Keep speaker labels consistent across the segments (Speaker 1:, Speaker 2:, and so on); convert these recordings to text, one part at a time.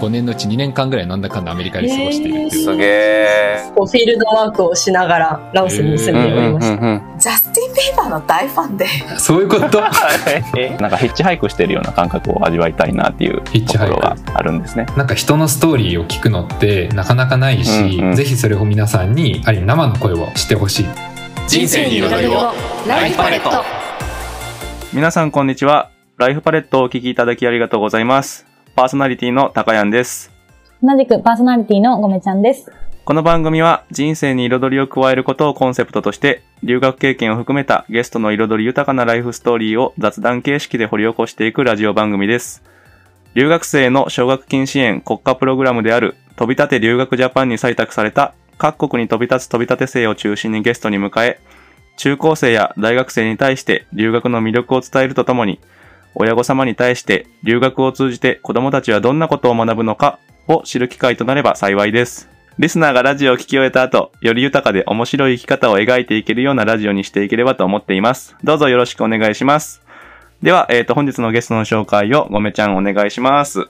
Speaker 1: 5年のうち2年間ぐらいなんだかんだアメリカで過ごしているっていう、
Speaker 2: すげえ。
Speaker 3: こうフィールドワークをしながらラオスに住んでおりました、
Speaker 2: ん。
Speaker 4: ジャスティン・ビーバーの大ファンで
Speaker 1: そういうこと
Speaker 5: なんかヒッチハイクしてるような感覚を味わいたいなっていうと
Speaker 1: ヒッチハ
Speaker 5: こ
Speaker 1: イク
Speaker 5: ろがあるんですね。
Speaker 1: なんか人のストーリーを聞くのってなかなかないし、
Speaker 5: うんうん
Speaker 1: ぜひそれを皆さんにあり生の声をしてほしい
Speaker 2: 人生に彩りをライフパレット
Speaker 5: 皆さんこんにちは。ライフパレットをお聞きいただきありがとうございます。パーソナリティの高谷です。
Speaker 6: 同じくパーソナリティのごめちゃんです。
Speaker 5: この番組は人生に彩りを加えることをコンセプトとして、留学経験を含めたゲストの彩り豊かなライフストーリーを雑談形式で掘り起こしていくラジオ番組です。留学生の奨学金支援国家プログラムである飛び立て留学ジャパンに採択された各国に飛び立つ飛び立て生を中心にゲストに迎え、中高生や大学生に対して留学の魅力を伝えるとともに、親御様に対して留学を通じて子供たちはどんなことを学ぶのかを知る機会となれば幸いです。リスナーがラジオを聞き終えた後、より豊かで面白い生き方を描いていけるようなラジオにしていければと思っています。どうぞよろしくお願いします。では、えっ、と、本日のゲストの紹介をごめちゃんお願いします。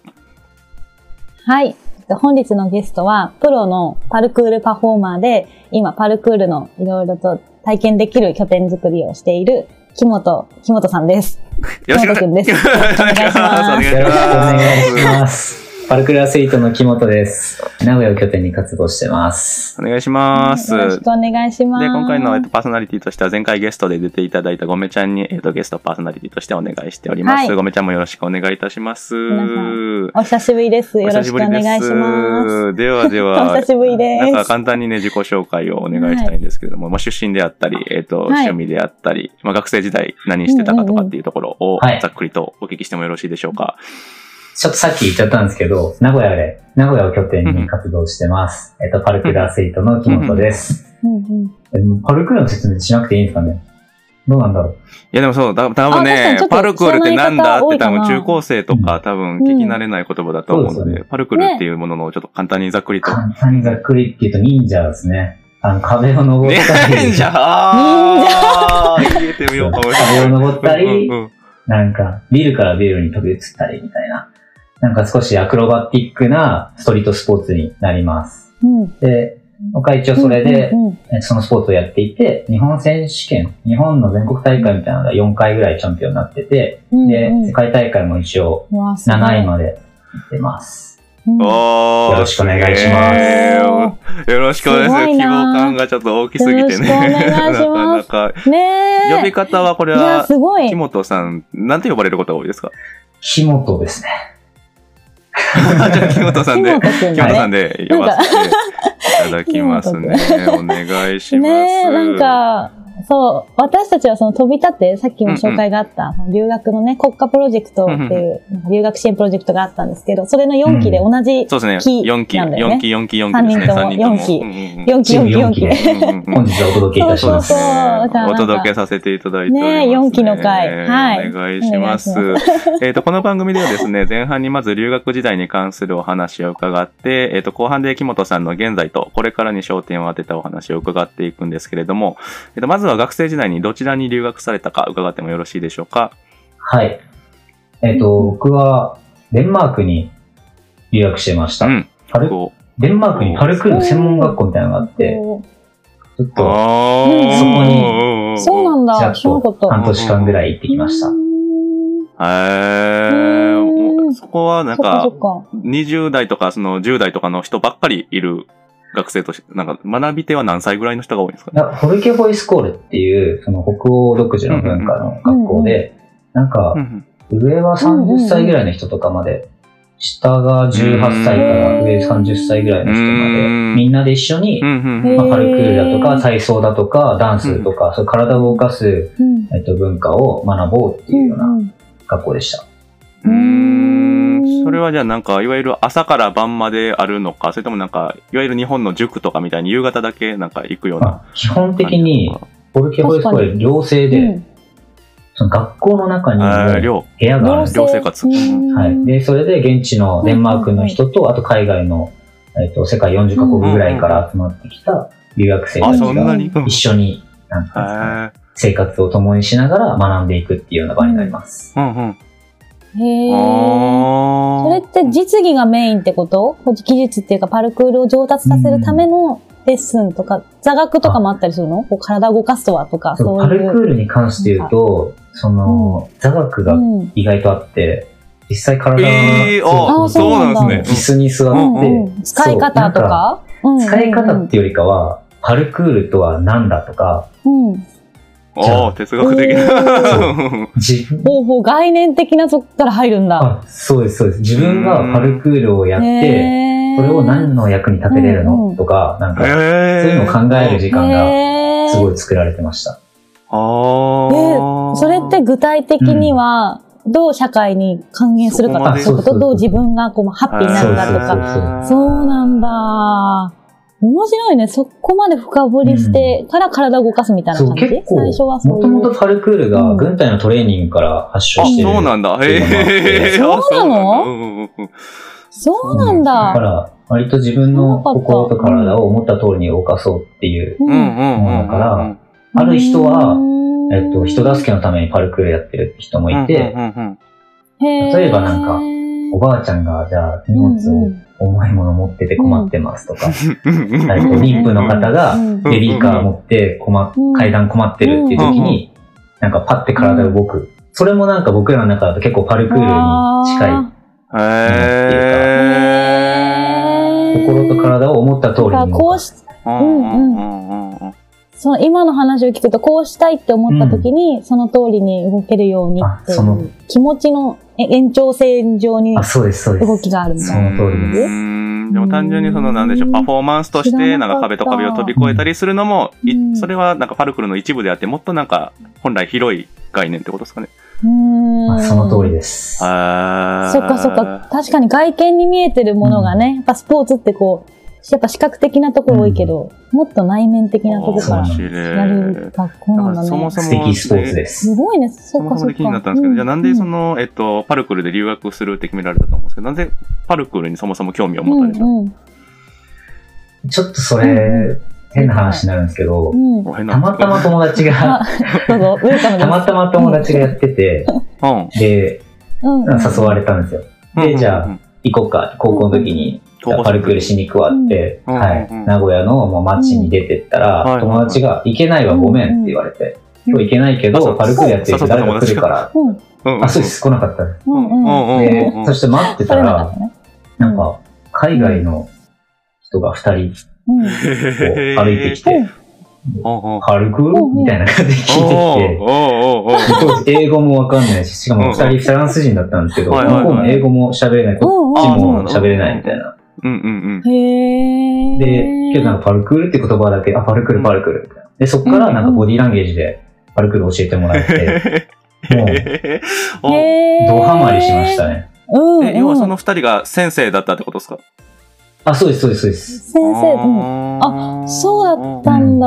Speaker 6: はい。本日のゲストは、プロのパルクールパフォーマーで、今パルクールのいろいろと体験できる拠点作りをしている、木本、木本さんです。
Speaker 5: よろしくお願いします。お願いします。お願いし
Speaker 7: よろしくお
Speaker 5: ます。
Speaker 7: 願いします。パルクルアスリートの木本です。名古屋を拠点に活動してます。
Speaker 5: お願いします。
Speaker 6: よろしくお願いします。
Speaker 5: で、今回の、えっと、パーソナリティとしては前回ゲストで出ていただいたごめちゃんに、えっと、ゲストパーソナリティとしてお願いしております。
Speaker 6: はい
Speaker 5: ごめちゃんもよろしくお願いいたします。
Speaker 6: 皆さんお久しぶりです。よろしくお願いします。
Speaker 5: ではでは、
Speaker 6: お久しぶりです
Speaker 5: なんか簡単にね、自己紹介をお願いしたいんですけれども、まあ、出身であったり、えっ、と、
Speaker 6: はい
Speaker 5: 趣味であったり、まあ、学生時代何してたかとかっていうところを
Speaker 7: うんうんうん
Speaker 5: ざっくりとお聞きしてもよろしいでしょうか。
Speaker 7: ちょっとさっき言っちゃったんですけど、名古屋で、名古屋を拠点に活動してます。えっと、パルクルアスリートの木本です。
Speaker 6: うんうん
Speaker 7: えでもパルクルの説明しなくていいんですかねどうなんだろう
Speaker 5: いやでもそう、た多分
Speaker 6: あ確
Speaker 5: ね
Speaker 6: かにちょっ、と
Speaker 5: パルクールってなんだ
Speaker 6: 知らない
Speaker 5: って多
Speaker 6: 方多いか
Speaker 5: 分
Speaker 6: な
Speaker 5: 中高生とか多分聞き慣れない言葉だと思うの
Speaker 7: うんそうで
Speaker 5: で、
Speaker 7: すよ
Speaker 5: パルクールっていうもののちょっと簡単にざっくりと。
Speaker 7: 簡単にざっくりって言うと忍者ですね。あの、壁を登
Speaker 5: ね
Speaker 7: ったり、
Speaker 5: 忍者あ ー言えてみようかもしれ
Speaker 7: 壁
Speaker 5: な
Speaker 7: を
Speaker 5: い。
Speaker 7: 登ったり
Speaker 5: う、んうん
Speaker 7: なんか、ビルからビルに飛び移ったりみたいな。なんか少しアクロバティックなストリートスポーツになります。
Speaker 6: うん。
Speaker 7: で、僕は一応それで
Speaker 6: う、んうん
Speaker 7: えそのスポーツをやっていて、日本選手権、日本の全国大会みたいなのが4回ぐらいチャンピオンになってて、
Speaker 6: うん
Speaker 7: で、
Speaker 6: うん
Speaker 7: 世界大会も一応
Speaker 6: うわすごい
Speaker 7: 7位まで行ってます。
Speaker 6: うん
Speaker 5: おー
Speaker 7: よろしくお願いします
Speaker 5: えーよろしくお願いします
Speaker 6: すご
Speaker 5: 希
Speaker 6: いな
Speaker 5: 望感がちょっと大きすぎてね。
Speaker 6: よろしくお願いしま
Speaker 5: な
Speaker 6: す
Speaker 5: かなか。
Speaker 6: ねえ。
Speaker 5: 呼び方はこれ
Speaker 6: いや、
Speaker 5: は、
Speaker 6: すごい
Speaker 5: 木。本さん、なんて呼ばれることが多いです か
Speaker 7: 木本ですね。
Speaker 5: じゃあ木本さんで、
Speaker 6: 木本くん
Speaker 5: 木
Speaker 6: だね
Speaker 5: 本さんで呼ばせていただきますね。お願いします。
Speaker 6: ねえ、なんか、そう、私たちはその飛び立て、さっきも紹介があった、その留学のね、国家プロジェクトっていう、なんか留学支援プロジェクトがあったんですけど、それの4期で同じ、
Speaker 5: そうですね。
Speaker 6: 木
Speaker 5: 4期、
Speaker 6: なんだよ
Speaker 5: 4
Speaker 6: ね
Speaker 5: 期、4期、4期ですね。
Speaker 6: 三人とも
Speaker 5: 三人ともうん
Speaker 6: 4期、
Speaker 7: チー
Speaker 6: 4
Speaker 7: ム
Speaker 6: 期、4
Speaker 7: 4期
Speaker 6: 期。
Speaker 7: で
Speaker 5: うんうんうん
Speaker 7: 本日はお届けいたし
Speaker 5: そう
Speaker 7: ま
Speaker 5: です
Speaker 7: す。
Speaker 5: ね
Speaker 6: そうだからなんか
Speaker 5: お届けさせていただいております、
Speaker 6: ね四期の回はい
Speaker 5: お願いします。
Speaker 6: お願
Speaker 5: えっと、この番組ではですね、前半にまず留学時代に関するお話を伺って、えっ、と、後半で木本さんの現在とこれからに焦点を当てたお話を伺っていくんですけれども、えっ、と、まずは学生時代にどちらに留学されたか伺ってもよろしいでしょうか。
Speaker 7: はい。えっ、と、僕はデンマークに留学してました。
Speaker 5: うん。
Speaker 7: パル
Speaker 5: こう
Speaker 7: デンマークにパルクール専門学校みたいなのがあって、ちょっと
Speaker 5: あー
Speaker 7: そこ
Speaker 5: う
Speaker 7: に
Speaker 5: ん
Speaker 6: そうなん
Speaker 7: じゃ
Speaker 6: だ、
Speaker 7: あ
Speaker 6: 知らなかっ
Speaker 7: 半
Speaker 6: た。
Speaker 7: 年間ぐらい行ってきました。
Speaker 5: へー
Speaker 6: うん
Speaker 5: おそこはなん
Speaker 6: そっか
Speaker 5: か
Speaker 6: そ、っか。
Speaker 5: 20代とか、その10代とかの人ばっかりいる学生として、なんか学び手は何歳ぐらいの人が多いんですかね。
Speaker 7: なんかフォルケホイスコールっていう、その北欧独自の文化の学校で、なんか
Speaker 5: う、ん
Speaker 7: 上は
Speaker 6: うんうんうん
Speaker 7: 30歳ぐらいの人とかまで、下が18歳から上30歳ぐらいの人
Speaker 5: う
Speaker 7: ま
Speaker 5: ん
Speaker 7: で、みんなで一緒に
Speaker 5: う、んうんうん
Speaker 6: へ
Speaker 7: まあ
Speaker 6: ー
Speaker 7: パルクールだとか、体操だとか、ダンスとか、そういう体を動かす、
Speaker 6: うん。
Speaker 7: えっと、文化を学ぼうっていうよう
Speaker 6: う
Speaker 7: なん学校でした。
Speaker 5: うーん
Speaker 6: うん
Speaker 5: それはじゃあなんか、いわゆる朝から晩まであるのか、それともなんか、いわゆる日本の塾とかみたいに夕方だけなんか行くような。
Speaker 7: まあ基本的に、フォルケホイスコール寮生
Speaker 6: う
Speaker 7: で、
Speaker 6: ん
Speaker 7: その学校の中に
Speaker 5: あー
Speaker 7: も
Speaker 5: 寮。
Speaker 7: 部屋があるんですよ
Speaker 5: 寮生活
Speaker 6: うん
Speaker 7: はい。で、それで現地のデンマークの人と、あと海外の、えっ、と、世界40カ国ぐらいから集まってきた留学生た
Speaker 5: あ、
Speaker 7: ち
Speaker 5: そんな
Speaker 7: が
Speaker 5: に。うん
Speaker 7: 一緒に、なん
Speaker 5: へ
Speaker 7: か、
Speaker 5: ー
Speaker 7: 生活を共にしながら学んでいくっていうような場になります。
Speaker 5: うんうん。
Speaker 6: へえ。
Speaker 5: あ
Speaker 6: それっ
Speaker 5: ー
Speaker 6: てで、実技がメインってこと技術っていうかパルクールを上達させるためのレッスンとか、座学とかもあったりするのこう体を動かすとはとか、
Speaker 7: そ
Speaker 6: そ
Speaker 7: うパ
Speaker 6: う
Speaker 7: ル
Speaker 6: い
Speaker 7: クー
Speaker 6: う。
Speaker 7: ルに関して言うと、その、座学が
Speaker 6: うん。
Speaker 7: 意外とあって、実際体が、
Speaker 5: えーあ
Speaker 6: あそうなん
Speaker 5: ですね
Speaker 7: 椅子に座って、
Speaker 5: うん
Speaker 6: うんうん使い
Speaker 7: そうな
Speaker 6: 方
Speaker 7: ん
Speaker 6: とか
Speaker 7: 使い方っ
Speaker 6: って
Speaker 7: ていうよりかは、パルクールとは何だとか、
Speaker 6: うんうん。
Speaker 7: じゃ
Speaker 5: お
Speaker 7: あ
Speaker 5: ー哲学的な。
Speaker 7: 自分、
Speaker 6: ほうほう、概念的なとこから入るんだ。
Speaker 7: あ、そうです、そうです。自分がパルクールをやって、
Speaker 6: へー
Speaker 7: それを何の役に立てれる
Speaker 6: うんう
Speaker 7: の
Speaker 6: ん
Speaker 7: とか、なんか、 そう
Speaker 5: え
Speaker 7: いうのを考える時間が
Speaker 6: へー
Speaker 7: すごい作られてました。
Speaker 5: ああ、
Speaker 6: それって具体的には、どう社会に還元するかとか、
Speaker 5: そ
Speaker 6: そ
Speaker 7: こ
Speaker 6: う
Speaker 7: ま
Speaker 6: い
Speaker 7: で
Speaker 6: うこと、どう自分がこうハッピーになるかと
Speaker 7: そうそう
Speaker 6: か。そうなんだ。面白いね。そこまで深掘りしてから体を動かすみたいな
Speaker 7: そう、
Speaker 6: 感じ、
Speaker 7: 結構、
Speaker 6: 最初は
Speaker 7: も
Speaker 6: そうい
Speaker 7: と
Speaker 6: う。
Speaker 7: もとパルクールが軍隊のトレーニングから発
Speaker 5: あ、
Speaker 7: 祥してる。
Speaker 5: そうなんだ。
Speaker 7: いうのもあって
Speaker 5: へえ。あ
Speaker 6: そうなの
Speaker 5: そうなんだうんうんうん
Speaker 6: そうなん
Speaker 7: だか
Speaker 6: だ。
Speaker 7: ら、割と自分の心と体を思った通りに動かそうっていう。
Speaker 6: う
Speaker 5: うんんうんうんうん。
Speaker 7: だからある人は、えっと、人助けのためにパルクールやってる人もいて
Speaker 5: う、んうん
Speaker 7: 例えばなんかおばあちゃんが、じゃあ、荷物
Speaker 6: うんう
Speaker 7: を
Speaker 6: ん
Speaker 7: 重いもの持ってて困ってま すとか、
Speaker 5: うんうん
Speaker 7: えっと、妊婦の方が
Speaker 6: うん
Speaker 7: ベビーカー持って困っ
Speaker 6: うん
Speaker 7: 階段困ってるっていう時に、なんかパッて体が動く。それもなんか僕らの中だと結構パルクールに近
Speaker 5: へ
Speaker 7: い。心と体を思った通り
Speaker 6: だ
Speaker 7: に
Speaker 6: から
Speaker 7: 動
Speaker 6: こ
Speaker 7: か
Speaker 6: う
Speaker 7: す。
Speaker 6: し
Speaker 5: ーうん
Speaker 6: うん
Speaker 5: んうん。
Speaker 6: その今の話を聞くと、こうしたいって思った時に、その通りに動けるようにってい
Speaker 7: あその
Speaker 6: う、気持ちのえ延長線上に
Speaker 7: あ、そうです、そうで
Speaker 6: 動
Speaker 7: す。
Speaker 6: きがあるみた
Speaker 7: そ
Speaker 6: いな。
Speaker 7: の通りです
Speaker 5: うーんでも単純にそのなんでしょう、パフォーマンスとし
Speaker 6: 知
Speaker 5: て、
Speaker 6: ら
Speaker 5: なん
Speaker 6: な
Speaker 5: か
Speaker 6: かっ
Speaker 5: 壁と
Speaker 6: た
Speaker 5: 壁を飛び越えたりするのも、い
Speaker 6: うん
Speaker 5: それはなんかパルクルの一部であって、もっとなんか本来広い概念ってことですかね。
Speaker 6: うー
Speaker 7: あ
Speaker 6: ん
Speaker 7: その通りです。
Speaker 5: あー
Speaker 6: そっかそっか。。確かに外見に見えてるものがね、やっぱスポーツってこう、やっぱ視覚的なところ多いけど、もっと内面的なところか
Speaker 7: 面白
Speaker 6: ら
Speaker 7: い
Speaker 6: やる学校なんだ
Speaker 5: そも
Speaker 6: ね。
Speaker 5: そも
Speaker 7: 素敵スポーツですす。
Speaker 6: ごいね、
Speaker 5: そ
Speaker 6: そっ
Speaker 5: も
Speaker 6: か
Speaker 5: そ
Speaker 6: そ
Speaker 5: も
Speaker 6: っ
Speaker 5: で
Speaker 6: か。
Speaker 5: 気になったんですけど、じゃあなんでそ
Speaker 6: うん
Speaker 5: の、えっと、パルクルで留学するって決められたと思うんですけど、なぜパルクルにそもそも興味を持たれたの、
Speaker 6: うん
Speaker 7: ちょっとそ
Speaker 6: うん
Speaker 7: れ、変な話になるんですけど、
Speaker 6: うんうん。
Speaker 5: お変な
Speaker 7: たまたま友達
Speaker 6: あ
Speaker 7: が、、
Speaker 6: どうぞ、ウェルカムで
Speaker 7: た
Speaker 6: す。
Speaker 7: またま友達がやってて、
Speaker 5: うん。
Speaker 7: で、
Speaker 6: うんうん
Speaker 7: 誘われたんですよ。で、じゃあ、
Speaker 5: あ、
Speaker 7: 行こうか、高校の時に、じゃあパルクールしに行くわって、
Speaker 5: うん
Speaker 7: はい、
Speaker 5: うん
Speaker 7: 名古屋のもう街に出てったら、
Speaker 5: うん
Speaker 7: 友達が、行けないわ、ごめんって言われて、今日行けないけど、
Speaker 5: うん
Speaker 7: パルクールやってる人誰か来るから、
Speaker 6: うんうん
Speaker 5: うん
Speaker 7: あ、そうです、来なかったで
Speaker 6: うんうん。
Speaker 5: うんうん
Speaker 7: で
Speaker 5: うんうん
Speaker 7: そして待って
Speaker 6: そ
Speaker 7: た
Speaker 6: れなかった
Speaker 7: ら、
Speaker 6: ね。
Speaker 7: なんか、海外の人が2人
Speaker 6: うん。
Speaker 5: へへ
Speaker 7: こう
Speaker 5: へへ
Speaker 7: 歩いてきて、
Speaker 5: おうおう
Speaker 7: パルクール
Speaker 6: うん
Speaker 7: みたいな感じで聞いてきて、
Speaker 5: おうおうおうおう
Speaker 7: 当時英語もわかんないし、しかも2人フランス人だったんですけど、
Speaker 5: はいはいはい
Speaker 7: 向こうも英語も喋れない、こっち
Speaker 5: うんうん
Speaker 7: も喋れないみたいな。
Speaker 5: うんうんうん。
Speaker 6: へー。
Speaker 7: で、けどなんかパルクールって言葉だけ、あ、パルクール、パルクールみたいな。で、そっからなんかボディーランゲージでパルクール教えてもらって、もう、
Speaker 5: え、
Speaker 6: へー。
Speaker 7: ドハマりしましたね。
Speaker 6: うんうん。
Speaker 5: 要はその二人が先生だったってことですか
Speaker 7: あ、そうです、そうです、そうです。
Speaker 6: 先生、うん。
Speaker 5: あ
Speaker 6: あそうだったんだ。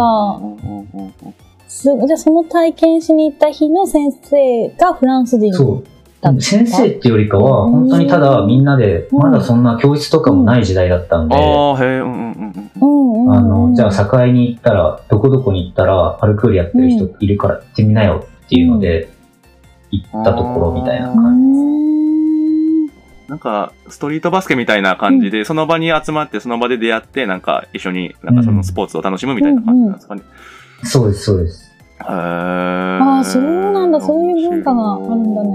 Speaker 6: すじゃあその体験しに行った日の先生がフランス人だっ
Speaker 7: そ
Speaker 6: たん
Speaker 7: う。
Speaker 6: です
Speaker 7: 先生ってよりかは、
Speaker 6: うん
Speaker 7: 本当にただみんなで、まだそんな教室とかもない時代だったんで、あ
Speaker 5: ああ、へえ、うんうんうん。
Speaker 6: うんうんうん、
Speaker 7: の、じゃあ境に行ったら、どこどこに行ったら、パルクールやってる人いるから行ってみなよっていうので、行ったところみたいな
Speaker 6: うー
Speaker 7: 感じです。
Speaker 6: ん
Speaker 5: なんか、ストリートバスケみたいな感じで、その場に集まって、その場で出会って、なんか、一緒に、なんかそのスポーツを楽しむみたいな感じなんですかね。
Speaker 7: そうです、そうです。
Speaker 5: へー
Speaker 6: ああそうなんだそういう文化があるんだね。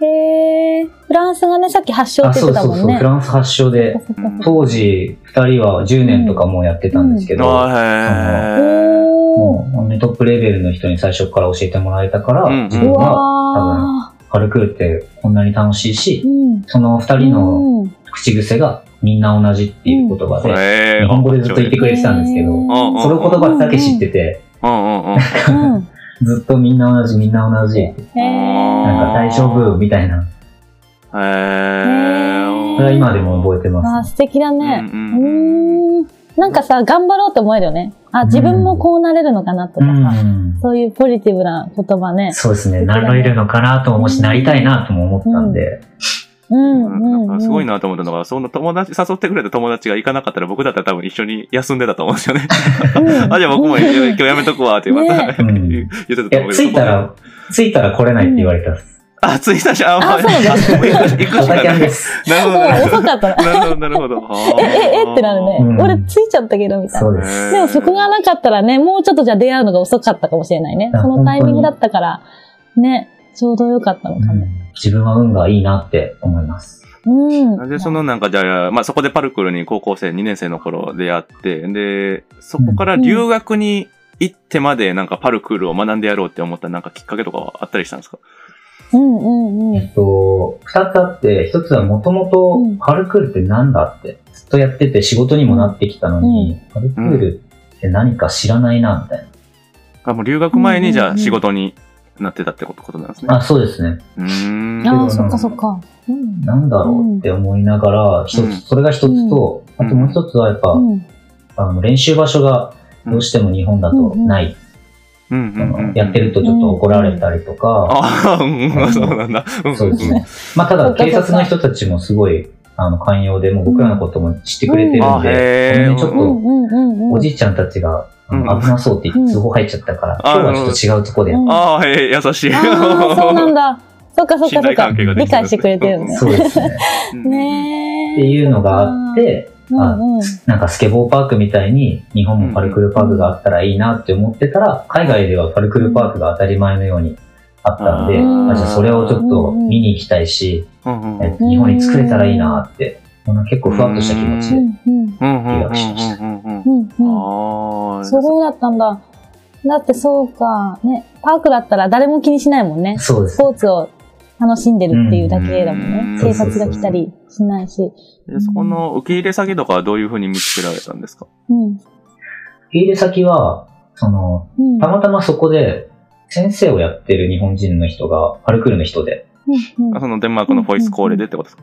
Speaker 6: へえフランスがねさっき発祥
Speaker 7: あ、
Speaker 6: って言
Speaker 7: そ
Speaker 6: って
Speaker 7: う
Speaker 6: た
Speaker 7: そう
Speaker 6: もん
Speaker 7: そう、
Speaker 6: ね
Speaker 7: フランス発祥で、
Speaker 6: そっかそっか
Speaker 7: 当時、二人は10年とかもうやってたんですけど、
Speaker 5: あーへえ。
Speaker 6: おー
Speaker 7: もう、本当にトップレベルの人に最初から教えてもらえたから、
Speaker 5: うんうん
Speaker 7: 自
Speaker 5: う
Speaker 7: 分
Speaker 6: う
Speaker 7: は、
Speaker 6: わ
Speaker 7: パルクールってこんなに楽しいし
Speaker 6: ー、うん
Speaker 7: その二人の
Speaker 6: うん
Speaker 7: 口癖がみんな同じっていう言葉で、
Speaker 5: へ
Speaker 7: 日本語でずっと言ってくれてたんですけど、
Speaker 6: うん
Speaker 5: うんうん
Speaker 7: その言葉だけ知ってて、
Speaker 5: うんうんうん。
Speaker 6: うん
Speaker 7: ずっとみんな同じ、みんな同じ、
Speaker 6: へ
Speaker 7: なんか大丈夫みたいな、
Speaker 5: へえ。
Speaker 7: それは今でも覚えて
Speaker 6: ーあ
Speaker 7: ま
Speaker 6: ー
Speaker 7: す。
Speaker 6: 素敵だね、
Speaker 5: うんうん
Speaker 6: うーんなんかさ、頑張ろうと思えるよね。あ、自分もこうなれるのかなと
Speaker 7: う
Speaker 6: かさ、
Speaker 7: ん。
Speaker 6: そういうポジティブな言葉ね。
Speaker 7: そうですね、なれるのかなとも、もしなりたいなとも思ったんで、
Speaker 6: うん
Speaker 5: なん
Speaker 6: うん、う
Speaker 5: か
Speaker 6: ん。
Speaker 5: すごいなと思ったのが、その友達、誘ってくれた友達が行かなかったら僕だったら多分一緒に休んでたと思うんですよね。
Speaker 6: うん。
Speaker 5: あ、じゃあ僕も今日やめとくわってまた
Speaker 6: ね
Speaker 5: 言ってたと
Speaker 7: うん
Speaker 5: 思うけど。
Speaker 7: いや、着いたら、着いたら来れないって言われたっす。
Speaker 5: あ、ツイッター社、あ、
Speaker 6: あそうです
Speaker 5: あもう行く行くし
Speaker 7: ド
Speaker 5: か
Speaker 7: タキ
Speaker 5: な
Speaker 7: ャン
Speaker 5: い。
Speaker 7: です。
Speaker 5: なるほ
Speaker 6: も
Speaker 5: ど、な
Speaker 6: う
Speaker 5: る
Speaker 6: 遅
Speaker 5: ほ
Speaker 6: かったな。
Speaker 5: ど。なるほど、なるほど。
Speaker 6: え、え、えってなるね。
Speaker 7: うん
Speaker 6: 俺ついちゃったけど、みたい
Speaker 7: そ
Speaker 6: な。
Speaker 7: うです。
Speaker 6: でもそこがなかったらね、もうちょっとじゃあ出会うのが遅かったかもしれないね。
Speaker 7: あ
Speaker 6: そのタイミングだったから、ね、ちょうどよかったの
Speaker 7: う
Speaker 6: かも。
Speaker 7: ん自分は運がいいなって思います。
Speaker 6: うん。
Speaker 5: で、そのなんかじゃあ、まあそこでパルクールに高校生2年生の頃出会って、で、そこから留学に行ってまでなんかパルクールを学んでやろうって思ったなんかきっかけとかはあったりしたんですか
Speaker 6: うんうんう
Speaker 7: え
Speaker 6: ん。
Speaker 7: っと、二つあって、一つはもともと
Speaker 6: うん
Speaker 7: パルクールってなんだって、ずっとやってて仕事にもなってきたのに、パルクールって何か知らないな、みたい
Speaker 5: あ、
Speaker 7: な。
Speaker 5: もう留学前
Speaker 6: うんうんう
Speaker 5: に
Speaker 6: ん
Speaker 5: じゃあ仕事になってたってことことなんですね。
Speaker 7: あ、そうですね。
Speaker 5: うーん。
Speaker 6: ああ、そっかそっか。うん。
Speaker 7: なんだろうって思いながら、一
Speaker 5: うん
Speaker 7: つ、それが一つと、
Speaker 5: うん
Speaker 7: あともう一つはやっぱ、
Speaker 6: うん。
Speaker 7: あの練習場所がどうしても日本だとない。
Speaker 5: うんうん
Speaker 7: あ
Speaker 5: うん。
Speaker 7: のやってるとちょっと怒られたりとか、
Speaker 5: ああ、うんうん、そうなんだ。うん
Speaker 7: そうですね。 まあ
Speaker 6: そ
Speaker 7: ただ
Speaker 6: うかそう
Speaker 7: 警
Speaker 6: か
Speaker 7: 察の人たちもすごい、あの、寛容で、もう僕らのことも知ってくれてる
Speaker 5: あ
Speaker 7: ん
Speaker 5: ー
Speaker 7: で、
Speaker 5: へえ。
Speaker 7: ちょっと
Speaker 6: うんうんうんうん。
Speaker 7: おじいちゃんたちが、あの
Speaker 5: うん
Speaker 7: 危なそうって言って通報入っちゃったから、
Speaker 5: あ
Speaker 7: 今日はちょっと違うとこでやっ
Speaker 6: うん
Speaker 5: ああ、へえ、優しい。
Speaker 6: ああ、そ うなんだ。そっかそ
Speaker 5: 信
Speaker 6: っかそっ
Speaker 5: 頼
Speaker 6: か。
Speaker 5: 関係がで
Speaker 6: 理
Speaker 5: きたんで
Speaker 6: 解
Speaker 5: すね
Speaker 6: してくれてるね
Speaker 7: て。。そうで すね。
Speaker 5: うん
Speaker 6: ねえ。
Speaker 7: っていうのがあっ、て、
Speaker 6: うんうん。
Speaker 7: なんかスケボーパークみたいに日本もパルクールパークがあったらいいなって思ってたら、海外ではパルクールパークが当たり前のようにあったんで、
Speaker 6: うん
Speaker 7: あじゃあそれをちょっと見に行きたいし、
Speaker 5: うんうん
Speaker 7: えっと日本に作れたらいいなって、そんな結構ふわっとした気持ち
Speaker 6: う
Speaker 7: で。
Speaker 6: んうん
Speaker 5: うんうんうんうん
Speaker 7: 学しまし
Speaker 5: うん
Speaker 6: うんうん。
Speaker 5: うん。ああ、
Speaker 6: そうだったんだ。だってそうか。ね、パークだったら誰も気にしないもんね。
Speaker 7: そうで
Speaker 6: ス
Speaker 7: す。
Speaker 6: ポーツを楽しんでるっていうだけだもんね。
Speaker 5: うん
Speaker 6: 警察が来たりしないし。
Speaker 5: で、そこの受け入れ先とかはどういうふうに見つけられたんですか
Speaker 6: うん。
Speaker 7: 受け入れ先は、その、
Speaker 6: うん。
Speaker 7: たまたまそこで、先生をやってる日本人の人が、パルクールの人で、
Speaker 6: うん
Speaker 5: あそのデンマークのフォイスコーレでってことですか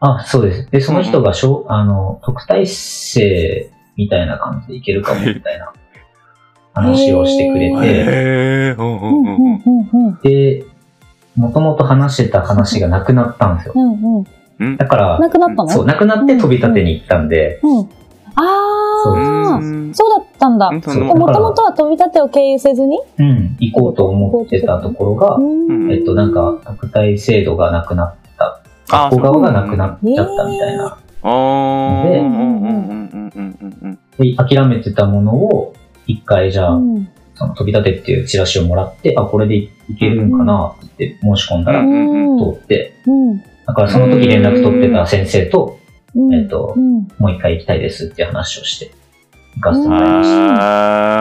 Speaker 7: あ、そうです。で、その人がしょ、あの、特待生みたいな感じでいけるかも、みたいな話をしてくれ
Speaker 5: へえ、うんう
Speaker 6: うん。うん。うん。うん。
Speaker 7: て、で、もともと話してた話がなくなったんですよ。
Speaker 6: うん。うん。
Speaker 5: うん
Speaker 7: だから
Speaker 6: な、くなったの
Speaker 7: そう、なくなって飛び立てに行ったんで、
Speaker 6: うん。ああ、
Speaker 5: ん
Speaker 6: そうだったんだ。
Speaker 5: うん
Speaker 6: も
Speaker 5: その
Speaker 7: う
Speaker 6: ともとは飛び立てを経由せずに
Speaker 7: うん、行こうと思ってたところが、
Speaker 5: ん
Speaker 7: えっと、なんか、特待制度がなくなった。学校側がなくなっちゃったみたいな。
Speaker 5: あー
Speaker 7: で
Speaker 5: うんうんうんうんうんうん
Speaker 7: で、諦めてたものを、一回じゃ
Speaker 6: う
Speaker 7: あ、
Speaker 6: ん。
Speaker 7: その飛び立てっていうチラシをもらって、あ、これでいけるんかなって申し込んだ
Speaker 5: う
Speaker 7: ら
Speaker 5: ん
Speaker 6: うん。
Speaker 7: 通って、
Speaker 6: うん。
Speaker 7: だからその時連絡取ってた先生と、
Speaker 6: うん。
Speaker 7: えっと
Speaker 6: う、ん。
Speaker 7: もう一回行きたいですっていう話をして、行かせて
Speaker 5: うん。
Speaker 7: もらいまし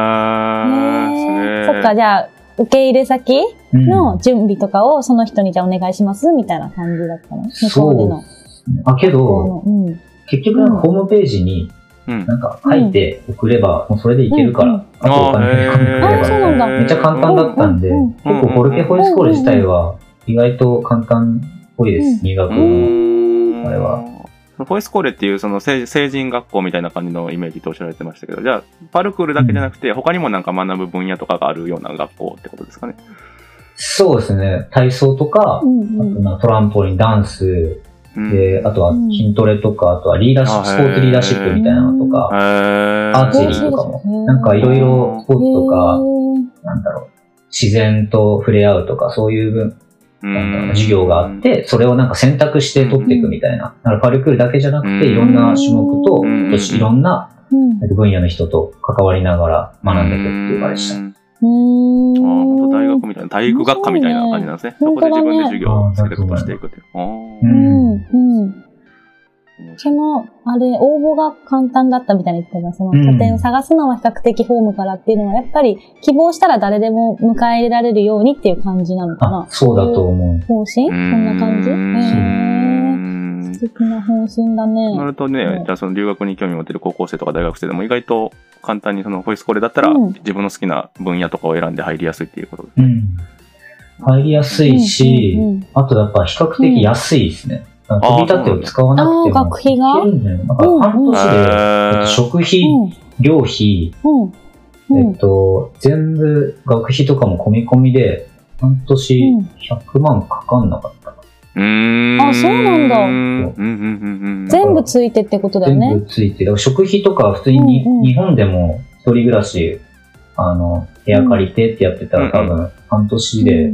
Speaker 5: あ
Speaker 6: ねえ
Speaker 5: ー
Speaker 6: そっか、じゃあ、受け入れ先
Speaker 7: た。うん
Speaker 6: の準備とかをその人にじゃあお願いしますみたいな感じだったの向こうでの。
Speaker 7: あ、けど、
Speaker 6: こうのうん。
Speaker 7: 結局なんかホームページに
Speaker 5: うん
Speaker 7: なんか書いて送れば、もうそれでいけるか
Speaker 6: うん
Speaker 7: ら、あとお金かけれ
Speaker 6: あーそうな
Speaker 7: ば、
Speaker 6: んだ
Speaker 7: めっちゃ簡単だったんで、
Speaker 6: うんうん
Speaker 7: 結構ホルケホイスコール自体は意外と簡単っぽいで
Speaker 6: うん
Speaker 7: す、入学
Speaker 5: う
Speaker 7: の。
Speaker 5: ん
Speaker 7: あれは
Speaker 5: フォイスコーレっていうその成成人学校みたいな感じのイメージとおっしゃられてましたけど、じゃあ、パルクールだけじゃなくて、他にもなんか学ぶ分野とかがあるような学校ってことですかね。
Speaker 7: そうですね、体操とか
Speaker 6: う、ん
Speaker 7: あと
Speaker 6: うん。
Speaker 7: まあトランポリン、ダンス、
Speaker 5: うん
Speaker 7: で、あとは筋トレとか、あとはリーダーシップ、
Speaker 5: あ
Speaker 7: スポーツリーダーシップみたいなのと
Speaker 5: へ
Speaker 7: か、
Speaker 5: ー
Speaker 7: アーチェリーとかも、なんかいろいろスポーツとか、なんだろう、自然と触れ合うとか、そういう分、なんだろう授業があっ、て、それをなんか選択して取っていくみたいな。だからパルクールだけじゃなくて、
Speaker 5: うん
Speaker 7: いろんな種目と
Speaker 5: うん、
Speaker 7: よしいろんな
Speaker 6: うん。
Speaker 7: 分野の人と関わりながら学んでいくっていう場でし
Speaker 5: う
Speaker 7: た。
Speaker 5: ん
Speaker 6: うん。
Speaker 5: ああ、本当大学みたいな、体育学科みたいな感じなんですね。そ
Speaker 6: 面
Speaker 5: こで
Speaker 6: 白
Speaker 5: 自分
Speaker 6: いね
Speaker 5: で授業をセレクトしていくっていう。あ
Speaker 7: う
Speaker 6: うんん。うん。その、あれ、応募が簡単だったみたいに言ってたけど、その
Speaker 7: うん
Speaker 6: 拠点を探すのは比較的ホームからっていうのは、やっぱり希望したら誰でも迎え入れられるようにっていう感じなのか
Speaker 7: あ
Speaker 6: な、。
Speaker 7: そうだと思う。
Speaker 6: 方針そんな感じ
Speaker 5: うー
Speaker 6: へ
Speaker 5: ん
Speaker 6: え。素敵な方針だね。
Speaker 5: なると
Speaker 6: う
Speaker 5: ね
Speaker 6: ん、
Speaker 5: じゃあその留学に興味を持てる高校生とか大学生でも意外と簡単にそのホイスコレだったら
Speaker 6: うん
Speaker 5: 自分の好きな分野とかを選んで入りやすいっていうことです。
Speaker 7: うん。入りやすいし
Speaker 6: うん、うんうん
Speaker 7: あとやっぱ比較的安いですね。なんか飛び立てを使わなく
Speaker 6: あ
Speaker 7: て
Speaker 6: ー
Speaker 7: も
Speaker 6: 学費が
Speaker 7: いけるんじゃないなんか半
Speaker 6: うん
Speaker 7: 年で、えっと
Speaker 5: へ
Speaker 7: 食費、料費、
Speaker 6: うん。うん。う
Speaker 7: えっと、全部学費とかも込み込みで、半年
Speaker 6: うん
Speaker 7: 100万かかんなかった。
Speaker 5: ー。
Speaker 6: あそうなんだ
Speaker 5: うんうんうんうん。
Speaker 6: 全部ついてってことだよ
Speaker 7: 全
Speaker 6: ね。
Speaker 7: 部ついて、だから食費とか普通にに、
Speaker 6: うんうん
Speaker 7: 日本でも一人暮らし、あの、部屋借りてってやってたら多分半年で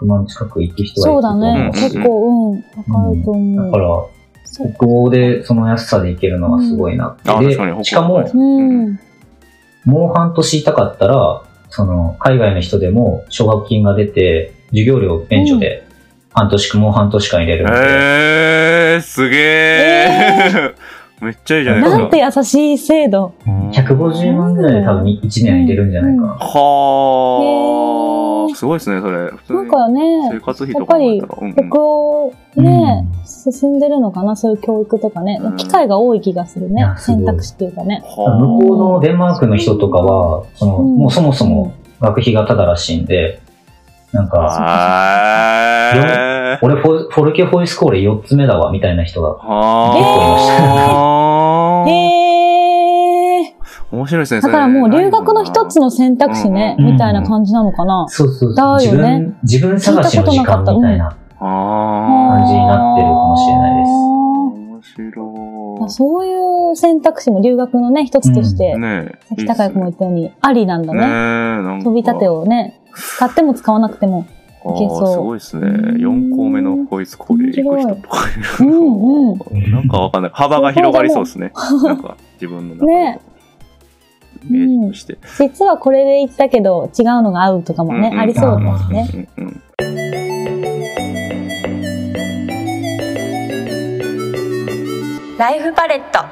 Speaker 7: 100万近く行く人はい
Speaker 6: そう
Speaker 7: ると
Speaker 6: だ
Speaker 7: 思
Speaker 6: ね。
Speaker 7: うし
Speaker 6: 結構、うん、高いと思
Speaker 7: だか
Speaker 6: う。
Speaker 7: ら、北欧でその安さで行けるのはすごいなって。
Speaker 5: うんあ
Speaker 7: で
Speaker 5: 確かに北欧
Speaker 7: しかも、
Speaker 6: うん。
Speaker 7: もう半年いたかったら、その、海外の人でも奨学金が出て、授業料免除で、半年もう半年間入れるので、
Speaker 5: えー、すげえー、めっちゃいいじゃないですか。
Speaker 6: なんて優しい制度。
Speaker 7: 150万ぐらいで多分1年入れるんじゃないかな。
Speaker 5: は
Speaker 6: へ
Speaker 5: あ、
Speaker 6: ー
Speaker 5: すごいですね、それ。普通に
Speaker 6: なんか
Speaker 5: 生
Speaker 6: ね、
Speaker 5: 活費とか考えたら。うんうん
Speaker 6: 北欧ね、進んでるのかなそういう教育とかね
Speaker 5: うん。
Speaker 6: 機会が多い気がする
Speaker 7: い
Speaker 6: ね
Speaker 7: や。すごい
Speaker 6: 選択肢っていうかね。
Speaker 5: はあ
Speaker 7: 向こうのデンマークの人とかは、その、
Speaker 6: うん
Speaker 7: もうそもそも学費がただらしいんで、なんか、
Speaker 5: は
Speaker 7: 俺フォフォルケホイスコーレ4つ目だわ、みたいな人が。
Speaker 5: あ
Speaker 6: へ
Speaker 5: ー。
Speaker 6: え。
Speaker 5: 面白いですね、
Speaker 6: だからもう留学の一つの選択肢ね、
Speaker 7: うん
Speaker 6: みたいな感じなのかな。
Speaker 7: そうそう
Speaker 6: だ
Speaker 7: そう。
Speaker 6: よ
Speaker 7: 自
Speaker 6: ね
Speaker 7: 分、自分探しの時間みたいな
Speaker 5: 感
Speaker 7: 感じになってるかもしれないです。
Speaker 5: 面白
Speaker 6: あそういう選択肢も留学のね、一つとして、
Speaker 5: い。ね
Speaker 6: さっき高井君も言
Speaker 5: い
Speaker 6: ったように、ありなんだ
Speaker 5: ね。ね
Speaker 6: ね。
Speaker 5: なんか
Speaker 6: 飛び立てをね、使っても使わなくても。
Speaker 5: あー
Speaker 6: いけそう
Speaker 5: すごいですね。4校目のこいつこれ行く人とかいる
Speaker 6: うんうん
Speaker 5: なんかわかんない。幅が広がりそうですね。なんか自分の中で
Speaker 6: ね
Speaker 5: イメージとして。
Speaker 6: 実はこれで行ったけど、違うのが合うとかもね、
Speaker 5: うんうん
Speaker 6: ありそうですね。
Speaker 5: うんうん
Speaker 2: ライフパレット。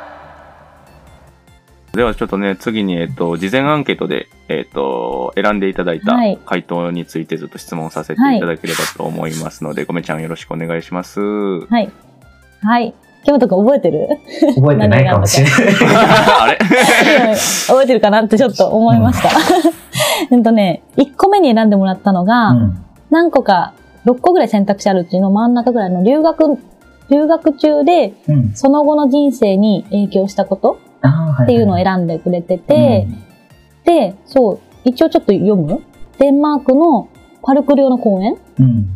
Speaker 5: ではちょっとね、次に、えっと、事前アンケートで、えっと、選んでいただいた
Speaker 6: はい
Speaker 5: 回答についてずっと質問させていただければと思いますので、ごめちゃんよろしくお願いし ます。
Speaker 6: はい。はい。木本君覚えてる
Speaker 7: 覚えてないかもしれない。
Speaker 5: あ れ
Speaker 6: 覚えてるかなってちょっと思いました。うんとね、1個目に選んでもらったのが、
Speaker 7: うん
Speaker 6: 何個か、6個ぐらい選択肢あるうちの真ん中ぐらいの留学、留学中で、
Speaker 7: うん。
Speaker 6: その後の人生に影響したこと
Speaker 7: あー
Speaker 6: っていうのを
Speaker 7: は
Speaker 6: 選んでくれて
Speaker 7: いはい
Speaker 6: て、で、そう、一応ちょっと読むデンマークのパルクル用の公園
Speaker 7: うんうん。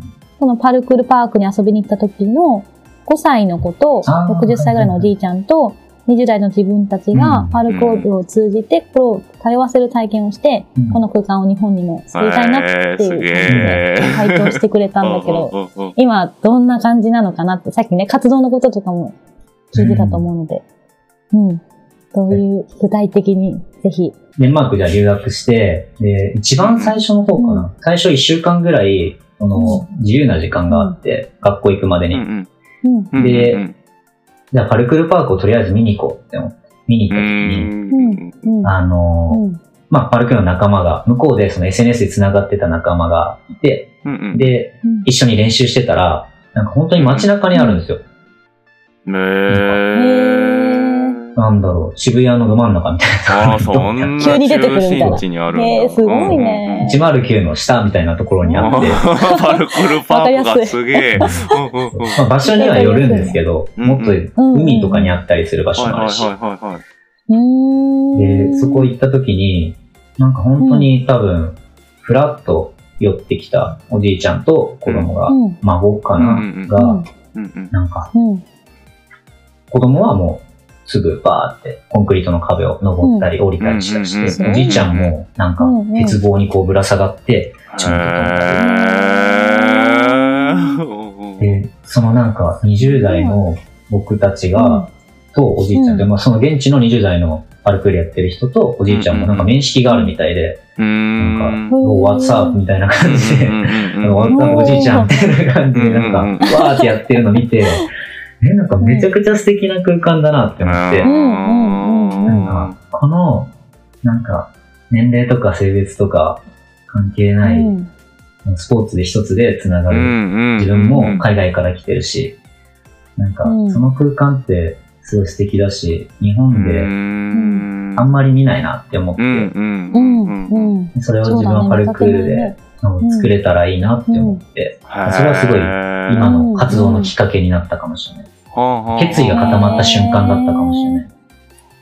Speaker 6: そのパルクルパークに遊びに行った時の5歳の子と
Speaker 7: あー
Speaker 6: 60歳ぐらいのおじいちゃんと20代の自分たち
Speaker 7: う
Speaker 6: が
Speaker 7: ん
Speaker 6: パルクルを通じて心を通わせる体験をして、
Speaker 7: うん
Speaker 6: この空間を日本にも作りたいなっていう感じで回答してくれたんだけど、
Speaker 5: ど。
Speaker 6: 今どんな感じなのかなって、さっきね、活動のこととかも聞いてたと思うので、うん。どういう、具体的に、ぜひ。
Speaker 7: デンマークじゃ留学して、で、一番最初の方かな。最初一週間ぐらい、その、自由な時間があって、学校行くまで
Speaker 5: うん
Speaker 7: に。
Speaker 5: うん
Speaker 6: うん。
Speaker 5: うん
Speaker 7: で
Speaker 5: うん
Speaker 7: じゃあ、パルクルパークをとりあえず見に行こうって思って、見に
Speaker 5: う
Speaker 7: 行った時に、
Speaker 5: ん。
Speaker 6: うん。
Speaker 7: あのー
Speaker 6: うん。
Speaker 7: まあ、パルクルの仲間が、向こうでその SNS で繋がってた仲間がいて、
Speaker 5: うんうん
Speaker 7: で、
Speaker 6: うん
Speaker 7: 一緒に練習してたら、なんか本当に街中にあるんですよ。
Speaker 5: ね
Speaker 6: へ
Speaker 5: ー
Speaker 7: なんだろう、渋谷のど真ん中みたい
Speaker 5: あー、そんな
Speaker 6: 急に出てくるみたいな
Speaker 5: 中心地にあるんだ
Speaker 6: えー、すごい。ね。
Speaker 7: な。109の下みたいなところに
Speaker 5: うんう
Speaker 7: あ
Speaker 5: んう
Speaker 7: って、
Speaker 5: ん パルクルパークがすげえ。うんうんうん
Speaker 7: まあ、場所にはよるんですけど、
Speaker 5: うん
Speaker 7: もっと海とかにあったりする場所
Speaker 5: はい
Speaker 7: もあ
Speaker 5: はい
Speaker 7: るし、
Speaker 5: はいはいはい。
Speaker 6: うーん
Speaker 7: で、そこ行った時に、なんか本当に多分、ふらっと寄ってきたおじいちゃんと子供が、
Speaker 6: うん。
Speaker 7: 孫か
Speaker 5: うんうんう
Speaker 7: な、
Speaker 5: ん
Speaker 7: が、
Speaker 5: うんうん
Speaker 7: なんか
Speaker 6: うん。
Speaker 7: 子供はもうすぐバーってコンクリートの壁を登ったり降りたりしたり
Speaker 5: うんうん
Speaker 7: して、
Speaker 5: うん
Speaker 6: うん
Speaker 7: おじいちゃんもなんか
Speaker 6: うんうん
Speaker 7: 鉄棒にこうぶら下がって、ちゃんと飛んだ
Speaker 5: へーおうおう
Speaker 7: り、で、そのなんか20代の僕たちが、とおじいちゃんで、
Speaker 6: うん
Speaker 7: まあその現地の20代のパルクールやってる人とおじいちゃんもなんか面識があるみたいで、
Speaker 5: うーん
Speaker 7: なん
Speaker 6: かうん
Speaker 7: もう What's up? みたいな感じで、あの、
Speaker 5: うんうんうんうん
Speaker 7: おじいちゃんみたいな感じで、なんか、
Speaker 5: うんうん
Speaker 7: わーってやってるの見て、え、なんかめちゃくちゃ素敵な空間だなって思って、
Speaker 6: んうん
Speaker 7: なんか、この、なんか、年齢とか性別とか関係ない、
Speaker 6: うん
Speaker 7: スポーツで一つで繋が
Speaker 5: う
Speaker 7: る。
Speaker 5: んうん
Speaker 7: 自分も海外から来てるし、なんか、
Speaker 6: うん
Speaker 7: その空間ってすごい素敵だし、日本
Speaker 5: う
Speaker 7: で
Speaker 5: ん
Speaker 7: あんまり見ないなって思っ
Speaker 5: う
Speaker 7: て、
Speaker 5: ん
Speaker 6: う
Speaker 5: うん
Speaker 6: ん。
Speaker 5: うん
Speaker 6: う
Speaker 5: うん
Speaker 6: ん。
Speaker 7: それを自分はパルクールで、うん作れたらいいなって思って、それはすごい今の活動のきっかけになったかもしれない。決意が固まった瞬間だったかもしれない。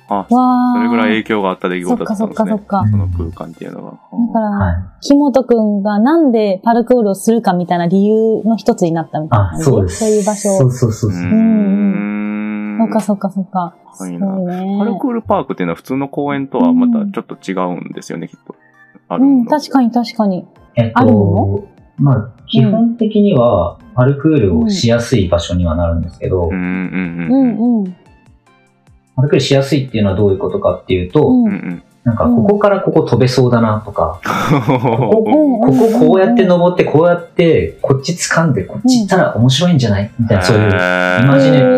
Speaker 5: あ
Speaker 6: わあ。
Speaker 5: それぐらい影響があった出来
Speaker 6: そ
Speaker 5: 事
Speaker 6: っ
Speaker 5: だ
Speaker 6: か
Speaker 5: った
Speaker 6: そ
Speaker 5: ん
Speaker 6: っ
Speaker 5: です
Speaker 6: かそ
Speaker 5: ね
Speaker 6: っか。
Speaker 5: その空間っていうのが
Speaker 6: だか
Speaker 7: は
Speaker 6: ら、
Speaker 7: い。
Speaker 6: 木本くんがなんでパルクールをするかみたいな理由の一つになったみたいな
Speaker 7: あ、
Speaker 6: 感じ。
Speaker 7: そうです。
Speaker 6: そういう場所
Speaker 7: そ
Speaker 6: を
Speaker 7: う。そうそううそう。
Speaker 5: ん
Speaker 6: そっかそっかそっか。
Speaker 5: すご
Speaker 6: す
Speaker 5: いな
Speaker 6: ごいね。
Speaker 5: パルクールパークっていうのは普通の公園とはまたちょっと違うんですよね、きっと。ある
Speaker 6: う
Speaker 5: もの
Speaker 6: ん、確かに確かに。
Speaker 7: えっ
Speaker 6: あるの
Speaker 7: と、まあ、基本的には、パルクールをしやすい場所にはなるんですけど、
Speaker 5: うんうん
Speaker 6: う
Speaker 5: うん
Speaker 6: んうん。
Speaker 7: パルクールしやすいっていうのはどういうことかっていうと、
Speaker 5: う
Speaker 6: うん
Speaker 5: うんん
Speaker 7: なんか、ここからここ飛べ そうだなとか、
Speaker 6: うん
Speaker 7: こここうやって登って、こうやって、こっち掴んで、こっち行ったら面白いんじゃないみたいな、そういう、イマジネ、えっと、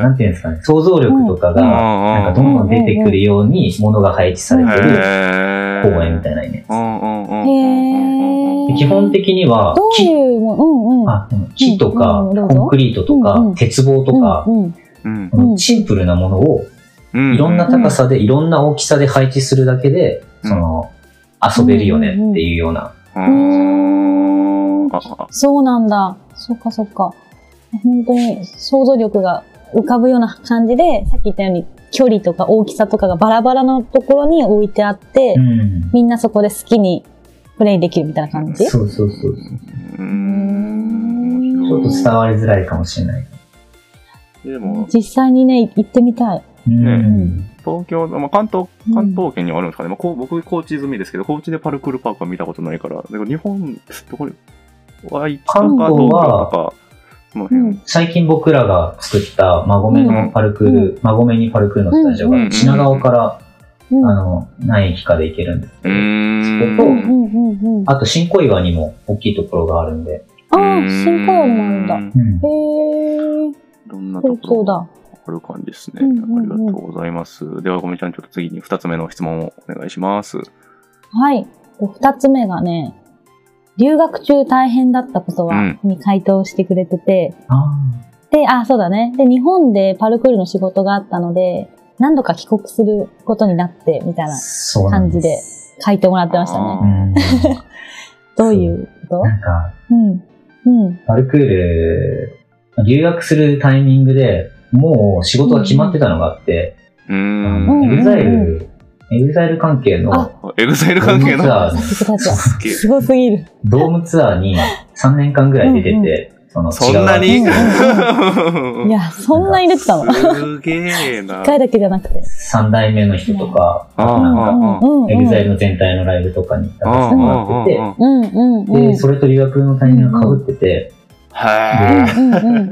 Speaker 7: なんていうんですかね、想像力とかが、なんかどんどん出てくるように、ものが配置されてる公園みたいなイメージです。
Speaker 6: へー
Speaker 7: で基本的には
Speaker 6: どう
Speaker 7: 木
Speaker 6: いうも、うんうん。
Speaker 7: あうん木とか
Speaker 6: うんうん
Speaker 7: コンクリートとか
Speaker 6: うんうん
Speaker 7: 鉄棒とか、
Speaker 6: うんうん
Speaker 5: うん
Speaker 6: うんうん
Speaker 7: シンプルなものを
Speaker 5: うん
Speaker 7: いろんな高さでいろんな大きさで配置するだけで、
Speaker 5: うん
Speaker 7: その遊べるよねっていうような。
Speaker 5: うんああ
Speaker 6: そうなんだ。そっかそっか。本当に想像力が浮かぶような感じで、さっき言ったように距離とか大きさとかがバラバラのところに置いてあって、
Speaker 7: うん
Speaker 6: みんなそこで好きにプレイできるみたいな感じ
Speaker 7: そうそうそう。
Speaker 5: うん
Speaker 7: ちょっと伝わりづらいかもしれない。
Speaker 5: でも、
Speaker 6: 実際にね、行ってみたい。
Speaker 7: うん
Speaker 5: 東京の、まあ、関東、関東圏にはあるんですかね。まあ、こう僕、高知済みですけど、高知でパルクールパークは見たことないから、だから日本、どこに、愛知とか
Speaker 7: 関
Speaker 5: 東
Speaker 7: 東
Speaker 5: 京
Speaker 7: は
Speaker 5: とか、その辺。
Speaker 6: うん
Speaker 7: 最近僕らが作った馬込のパルクール、馬込にパルクールのスタジオ
Speaker 5: うん
Speaker 7: が品川から、
Speaker 6: うん。
Speaker 7: あ
Speaker 6: う
Speaker 7: の、何駅かで行けるんですけど、
Speaker 5: ー
Speaker 7: そこ
Speaker 6: んうんうん。あ
Speaker 7: あと新小岩にも大きいところがあるんで、
Speaker 6: あー、新公園なんだ。へ
Speaker 5: だ。
Speaker 7: うん
Speaker 6: ー。
Speaker 5: いろんなと
Speaker 6: そう
Speaker 5: こ
Speaker 6: そう
Speaker 5: ろが
Speaker 6: だ。
Speaker 5: ある感じですね。あ
Speaker 6: う
Speaker 5: り
Speaker 6: んうんうん
Speaker 5: がとうございます。では、ごめちゃん、ちょっと次に2つ目の質問をお願いします。
Speaker 6: はい。二つ目がね、留学中大変だったこと
Speaker 5: う
Speaker 6: は
Speaker 5: ん、
Speaker 6: に回答してくれてて、
Speaker 7: あ
Speaker 6: で、あ、そうだね。で、日本でパルクールの仕事があったので、何度か帰国することになって、みたい
Speaker 7: あ、
Speaker 6: な
Speaker 7: そうなん
Speaker 6: 感
Speaker 7: で
Speaker 6: じ
Speaker 7: す。
Speaker 6: で書いてもらってましたね。
Speaker 7: うん
Speaker 6: どういうこ
Speaker 7: なんか、
Speaker 6: とうん。うん。
Speaker 7: パルクール、留学するタイミングでもう仕事が決まってたのがあって、
Speaker 5: う
Speaker 7: あ
Speaker 5: ん。
Speaker 7: の
Speaker 6: うん
Speaker 7: エグザイル、エグザイル関係の
Speaker 6: あ
Speaker 5: エグザイル
Speaker 7: ド
Speaker 5: 関
Speaker 7: ーム
Speaker 5: 係
Speaker 7: ツ
Speaker 5: の。
Speaker 7: アーに、
Speaker 6: 先たちは。
Speaker 5: すげえ
Speaker 6: すごすぎる。
Speaker 7: ドームツアーに3年間ぐらい出てて、その
Speaker 5: そ
Speaker 7: 違
Speaker 5: んな
Speaker 7: う
Speaker 5: に
Speaker 6: いや、そんな入れてたの。
Speaker 5: すげえな。
Speaker 6: 一回だけじゃなくて。
Speaker 7: 3代目の人とか、
Speaker 5: ああ、
Speaker 6: う
Speaker 5: あ
Speaker 6: ん
Speaker 5: あ、
Speaker 6: うんうん。
Speaker 7: エグザイルの全体のライブとかに行かせてもらってて、
Speaker 6: うんうんうん。
Speaker 7: で、それと留学のタイミングが被ってて、
Speaker 5: は
Speaker 6: う
Speaker 5: い。
Speaker 6: んうんうん。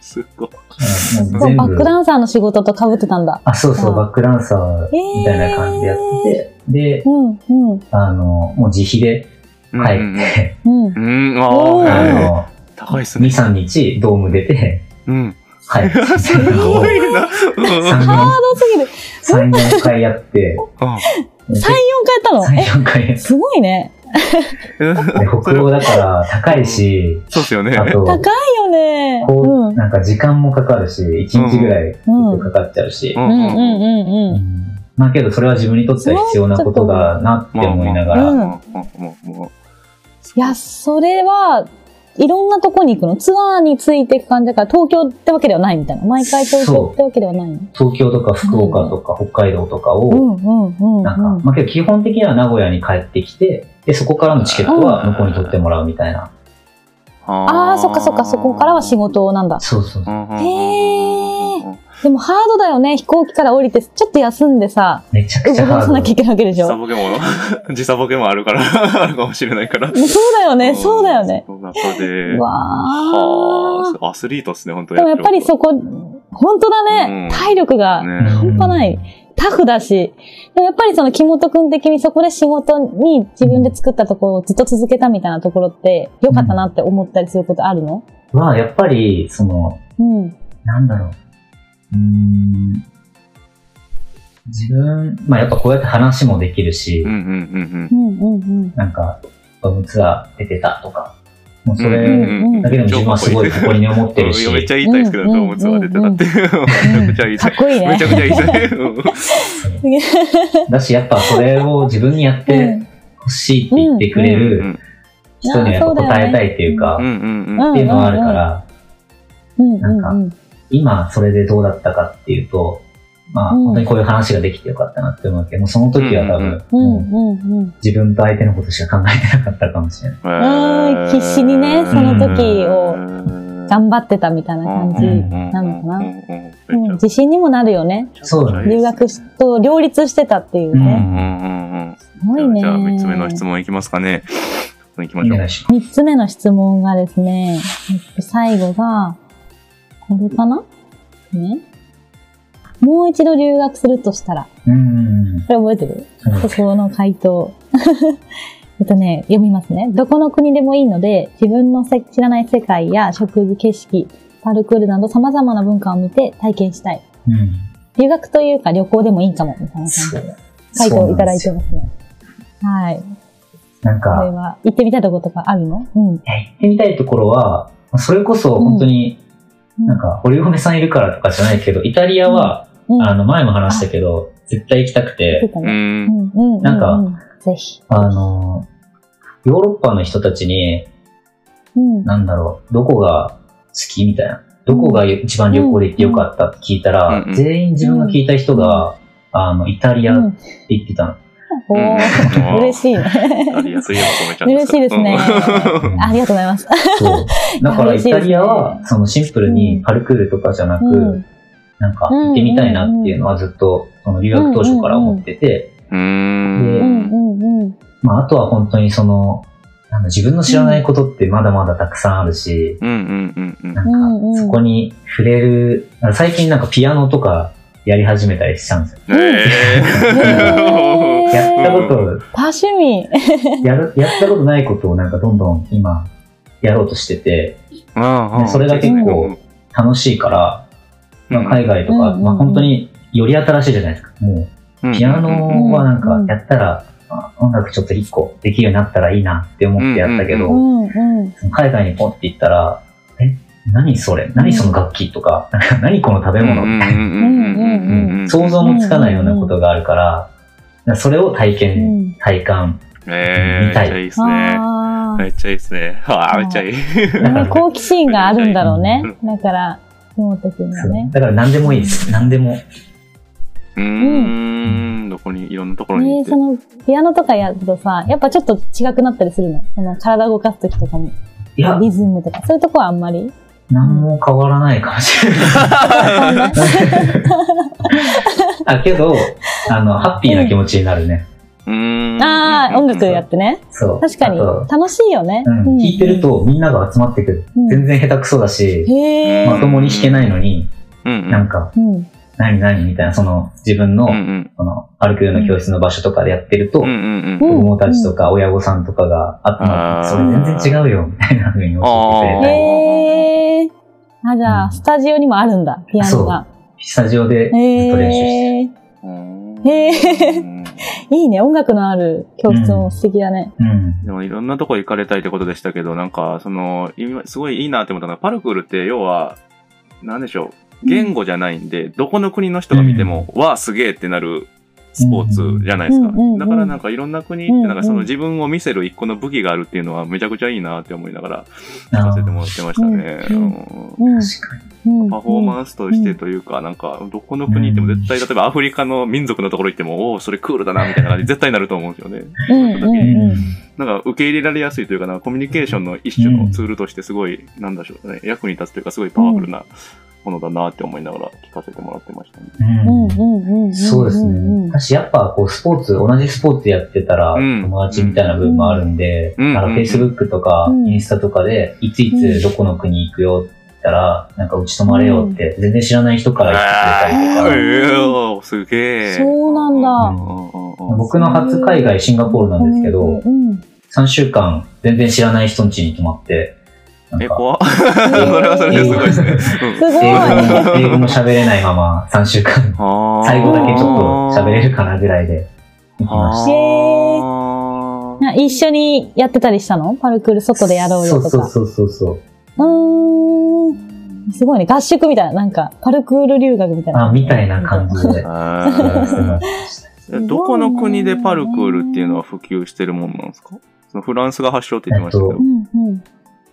Speaker 5: すごい。
Speaker 7: あの
Speaker 6: そ
Speaker 7: もう
Speaker 6: う、
Speaker 7: 全
Speaker 6: バッ
Speaker 7: 部
Speaker 6: ク、ダンサーの仕事と被ってたんだ。
Speaker 7: あ、そうそ
Speaker 6: あ
Speaker 7: う、バックダンサーみたいな感じでやってて、で
Speaker 6: う、ん、うん、
Speaker 7: あの、もう自費で
Speaker 5: う
Speaker 7: 帰って、
Speaker 6: うん。
Speaker 5: ん、あ
Speaker 6: お
Speaker 7: あ
Speaker 6: ー
Speaker 5: あ、
Speaker 7: の、
Speaker 5: 高いっす
Speaker 7: 2、
Speaker 5: ね。
Speaker 7: 3日ドーム出て、
Speaker 5: うん。
Speaker 7: 帰ってきて、
Speaker 5: すごいな。
Speaker 7: 3、
Speaker 6: ハードすぎる。
Speaker 7: 4 3 4回やって、
Speaker 6: 3、4回やったの
Speaker 7: 3、
Speaker 6: え、
Speaker 7: 4回やって、
Speaker 6: すごいね。
Speaker 7: で北欧だから高いし、
Speaker 5: そうっすよね。
Speaker 7: あと、
Speaker 6: 高いよね。
Speaker 7: こ
Speaker 6: うん。う
Speaker 7: う、
Speaker 6: ん、
Speaker 7: なんか時間もかかるし、1日ぐらい結構かかっちゃうし、
Speaker 6: うん、うん、
Speaker 7: う
Speaker 6: うん。
Speaker 7: んまあけどそれは自分にとっては必要なことだなって思いながら、
Speaker 5: もう、もう、も
Speaker 6: いや、それは、いろんなとこに行くのツアーについていく感じだから、東京ってわけではないみたいな。毎回東京ってわけではないの。
Speaker 7: 東京とか福岡とか北海道とか
Speaker 6: う
Speaker 7: を、
Speaker 6: ん、うん、うん。
Speaker 7: なんか、まあけど基本的には名古屋に帰ってきて、で、そこからのチケットは向こうに取ってもらうみたいな。
Speaker 5: う。
Speaker 6: ああ、そっかそっか、そこからは仕。事なんだ。
Speaker 7: そうそう。
Speaker 6: でもハードだよね、飛行機から降りて、ちょっと休んでさ、
Speaker 7: めちゃく
Speaker 6: 動
Speaker 7: ちゃハ
Speaker 6: かさな
Speaker 7: ー
Speaker 6: きゃい。
Speaker 7: ド
Speaker 6: けないわけでし
Speaker 5: 時
Speaker 6: ょ
Speaker 5: 差。ボケも、時差ボケもあるから、あるかもしれないから。
Speaker 6: そうだよね、そうだよね。。
Speaker 5: 中で。
Speaker 6: うわあ。
Speaker 5: アスリートっすね、本当
Speaker 6: でもやっぱりそこ、本当だね、
Speaker 5: うん
Speaker 6: 体力が
Speaker 5: ね。
Speaker 6: 半端ない。タフだし、でもやっぱりその木本くん的にそこで仕事に自分で作ったところをずっと続けたみたいなところって良かったなって思ったりすることあるの
Speaker 7: は、やっぱり、その、
Speaker 6: うん。
Speaker 7: なんだろう。うーん。自分、まあやっぱこうやって話もできるし、
Speaker 5: うん、うん、
Speaker 6: うんうん
Speaker 7: なんか、ドームツアー出てたとか、もうそ
Speaker 5: うん。
Speaker 7: れ
Speaker 5: うん。
Speaker 7: だけでも自分はすごい誇りに思ってるし、
Speaker 5: めっちゃ言いたいですけど、動物は出てたって。めちゃくちゃ言
Speaker 6: う
Speaker 5: い
Speaker 6: ん。か
Speaker 5: た
Speaker 6: っ
Speaker 5: い。
Speaker 6: こいい
Speaker 5: め
Speaker 6: ね
Speaker 5: ち。ゃくちゃ言いたい。
Speaker 7: だしやっぱそれを自分にやっ
Speaker 6: う
Speaker 7: て
Speaker 6: ん
Speaker 7: ほしいって言ってくれる人にはやっぱ応えたいっていうか、
Speaker 5: うん
Speaker 7: っ
Speaker 5: うんうん。
Speaker 7: ていうのはあるから、
Speaker 6: うんうんうん。
Speaker 7: 今それでどうだったかっていうと、まあ
Speaker 6: うん
Speaker 7: 本当にこういう話ができてよかったなって思うけど、もうその時は多分、
Speaker 6: うん
Speaker 7: もう
Speaker 6: うんうん。
Speaker 7: 自分と相手のことしか考えてなかったかもしれない。
Speaker 6: あー必死にね、その時を
Speaker 5: 張
Speaker 6: 頑張ってたみたいな感じなのかな。うん自信にもなるよね。
Speaker 7: そうだね。
Speaker 6: 留学と両立してたっていう
Speaker 7: う
Speaker 6: ね。
Speaker 5: う
Speaker 7: ん
Speaker 5: んうんうん。
Speaker 6: すごいね。
Speaker 5: じゃあ、3つ目の質問いきますかね。つに行きましょ
Speaker 7: お
Speaker 5: う
Speaker 7: 願い。します。
Speaker 6: 三つ目の質問がですね、えっと最後が、これかなね。もう一度留学するとしたら、
Speaker 7: うん。
Speaker 6: これ覚えてるここの回答。 えっとね、読みますね。どこの国でもいいので、自分のせ知らない世界や食事、景色、パルクールなど様々な文化を見て体験したい。
Speaker 7: うん。
Speaker 6: 留学というか旅行でもいいかも、みたいな
Speaker 7: そ
Speaker 6: 感
Speaker 7: う。
Speaker 6: じ。回答いただいて
Speaker 7: そうなんですよ
Speaker 6: ますね。はい。
Speaker 7: なん
Speaker 6: これ
Speaker 7: か、
Speaker 6: は、行ってみたいとことかあるのうん。
Speaker 7: いや行ってみたいところは、それこそ本当に、
Speaker 6: うん
Speaker 7: なんか、堀米さんいるからとかじゃないけど、イタリアは、
Speaker 6: うん。
Speaker 7: あの、前も話したけど、絶対行きたくて、
Speaker 6: そうだ
Speaker 5: う
Speaker 6: ね
Speaker 5: ん。
Speaker 6: うんうん。
Speaker 7: なんか
Speaker 6: うう、ぜひ。
Speaker 7: あの、ヨーロッパの人たちに、
Speaker 6: うん。
Speaker 7: なんだろう、どこが好きみたいな。どこが一番旅行で行ってよかったって聞いたら、
Speaker 5: うんうん
Speaker 7: 全員自分が聞いた人が、あの、イタリアって言ってたの。
Speaker 6: おー、
Speaker 5: うん
Speaker 6: 嬉しいね。
Speaker 5: ありがとうございます。
Speaker 6: 嬉しいですね。
Speaker 7: うん
Speaker 6: ありがとうございます。
Speaker 7: そう。だからイ
Speaker 6: 嬉しいですね
Speaker 7: タリアは、そのシンプルにパルクールとかじゃなく、
Speaker 6: うん
Speaker 7: なんか行ってみたいなっていうのはずっと、その留学当初から思ってて、
Speaker 5: う。
Speaker 6: うんんうんうん。
Speaker 7: まあ、あとは本当にその、なんだ自分の知らないことってまだまだたくさんあるし、
Speaker 5: うんうんうんうん。
Speaker 7: なんか、そこに触れる、あ最近なんかピアノとかやり始めたりしたんですよ。
Speaker 5: え
Speaker 6: へー
Speaker 7: やったこと、
Speaker 6: 多趣味。
Speaker 7: やる、やったことないことをなんかどんどん今、やろうとしてて、
Speaker 5: ー。
Speaker 7: それが結構楽しいから、まあ海外とか、
Speaker 6: うん
Speaker 7: まあ本当により新しいじゃないですか。も
Speaker 5: 外
Speaker 7: う、ピアノはなん
Speaker 6: うん
Speaker 7: かやったら、まあ音楽ちょっと一個できるようになったらいいなって思ってやったけど、
Speaker 5: う
Speaker 6: うんうん。
Speaker 7: 海外にポンって行ったら、え、何それ何その楽器とか、 なんか何この食べ物、想像もつかないようなことがあるから、それを
Speaker 6: う
Speaker 7: 体験、
Speaker 6: ん。
Speaker 7: 体感。
Speaker 5: ええ、めっちゃいいですね。
Speaker 6: あ
Speaker 5: めっちゃいいですね。はあ、めっちゃいい。
Speaker 7: だか
Speaker 6: あ。
Speaker 7: ら、
Speaker 6: 好奇心があるんだろうね。だから、紐と君は
Speaker 7: そう
Speaker 6: ね。
Speaker 7: だから何でもいいです。何でも。
Speaker 5: うん。どこに、いろんなところに行
Speaker 6: ね
Speaker 5: って
Speaker 6: そ。の、ピアノとかやるとさ、やっぱちょっと違くなったりするの。その体動かすときとかも。
Speaker 7: いや、
Speaker 6: リズムとか。そういうとこはあんまり
Speaker 7: 何も変わらないかもしれない。
Speaker 6: わかんない。
Speaker 7: あ、けど、あの、ハッピーな気持ちになるね。
Speaker 5: うん。
Speaker 6: ああ、音楽やってね。
Speaker 7: そう。
Speaker 6: 確かに
Speaker 7: あ。と
Speaker 6: 楽しいよね。
Speaker 7: うん、
Speaker 6: うん
Speaker 7: 聞いてるとみんなが集まってくる。
Speaker 6: うん
Speaker 7: 全然下手くそだし、
Speaker 6: へえ。
Speaker 7: まともに弾けないのに、
Speaker 5: うん。
Speaker 7: なんか、
Speaker 6: うん。
Speaker 7: 何何みたいな、その、自分の、
Speaker 5: うん
Speaker 7: その、アルクールの教室の場所とかでやってると、
Speaker 5: うん。う
Speaker 7: 子
Speaker 5: んうん。
Speaker 6: うん
Speaker 7: 供たちとか親御さんとかが集まって、
Speaker 5: あー
Speaker 7: それ全然違うよ、みたいな風に教えて
Speaker 5: あ
Speaker 7: て
Speaker 5: ー、
Speaker 6: へえ。あ、じゃ
Speaker 7: う
Speaker 6: あ、
Speaker 7: ん
Speaker 6: スタジオにもあるんだ、ピアノが。
Speaker 7: スタジオでずっと練習して
Speaker 6: へえ。いいね、音楽のある教室も素敵だね。
Speaker 7: る。うん。
Speaker 5: でもいろんなとこ行かれたいってことでしたけど、なんか、その、今、すごいいいなって思ったのは、パルクールって要は、なんでしょう、言語じゃないんで、どこの国の人が見ても、わあ、すげえってなるスポーツじゃないですか。
Speaker 6: うんうんうん
Speaker 5: だからなんかいろんな国って、なんかその自分を見せる一個の武器があるっていうのは、めちゃくちゃいいなって思いながら、聞かせてもらってましたね。
Speaker 6: うん
Speaker 5: うん
Speaker 6: うん。
Speaker 7: 確か
Speaker 6: う
Speaker 7: に。
Speaker 6: ん
Speaker 5: パフォーマンスとしてというか、なんか、どこの国行っても絶対、例えばアフリカの民族のところ行っても、おお、それクールだな、みたいな 感じで絶対なると思うんですよね。
Speaker 6: うんうんうんうん。
Speaker 5: なんか受け入れられやすいというかな、コミュニケーションの一種のツールとしてすごい、なんだしょうね、役に立つというか、すごいパワフルなものだなって思いながら聞かせてもらってましたね。
Speaker 7: うん
Speaker 6: うんうん。
Speaker 7: そうです
Speaker 6: ん
Speaker 7: ね。
Speaker 6: ん
Speaker 7: 私やっぱこうスポーツ、同じスポーツやってたら
Speaker 5: うん
Speaker 7: 友達みたいな部分もあるんで、
Speaker 5: うん
Speaker 7: なんか Facebook とか
Speaker 6: うん
Speaker 7: インスタとかで、いついつどこの国行くよって言ったら、なんかうち泊まれよって、全然知らない人から言ってくれたりとか、
Speaker 5: ええすげえ。
Speaker 6: そうなんだ
Speaker 5: だ。
Speaker 7: 僕の初海外シンガポールなんですけ
Speaker 6: うん
Speaker 7: ど、
Speaker 6: うんうん
Speaker 7: 3週間全然知らない人ん家に泊まって、なん
Speaker 5: え、
Speaker 7: か
Speaker 5: 怖っそれはそれですごいですね。
Speaker 6: すごい。
Speaker 7: 英語も
Speaker 5: 怖い
Speaker 7: 英語も喋れないまま3週間、最後だけちょっと喋れるかなぐらいで行きました。
Speaker 6: へえな一緒にやってたりしたのパルクール外でやろうよと
Speaker 7: そう
Speaker 6: か。
Speaker 7: そうそうそう
Speaker 6: うーん。すごいね。合宿みたいな。なんか、パルクール留学みた
Speaker 7: そ。
Speaker 6: いう
Speaker 7: あ、
Speaker 6: な。
Speaker 7: みたいな感じで。
Speaker 5: あーどこの国でパルクールっていうのは普及してるもんなんですかそのフランスが発祥って言ってましたけど
Speaker 7: えっ
Speaker 6: う。んう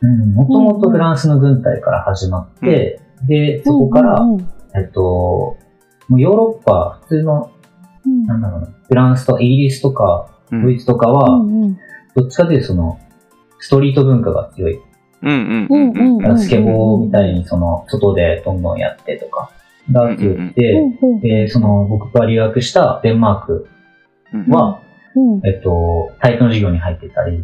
Speaker 6: ん。
Speaker 7: うん、もともとフランスの軍隊から始まって、で、そこから、
Speaker 6: うんうん
Speaker 7: えっと、もうヨーロッパ、普通の、
Speaker 6: うん
Speaker 7: なんだろうな、フランスとイギリスとか、
Speaker 5: うん
Speaker 7: ドイツとか
Speaker 6: う
Speaker 7: は、
Speaker 6: んうん
Speaker 7: どっちかというとその、ストリート文化が強い。
Speaker 5: うんうんうんうん。
Speaker 6: うんうん
Speaker 7: スケボーみたいにその、外でどんどんやってとか、が強く
Speaker 6: う
Speaker 7: て、
Speaker 6: んうん
Speaker 7: で、その、僕が留学したデンマーク
Speaker 5: うん
Speaker 7: は、
Speaker 6: うん
Speaker 7: えっと、体育の授業に入ってたり、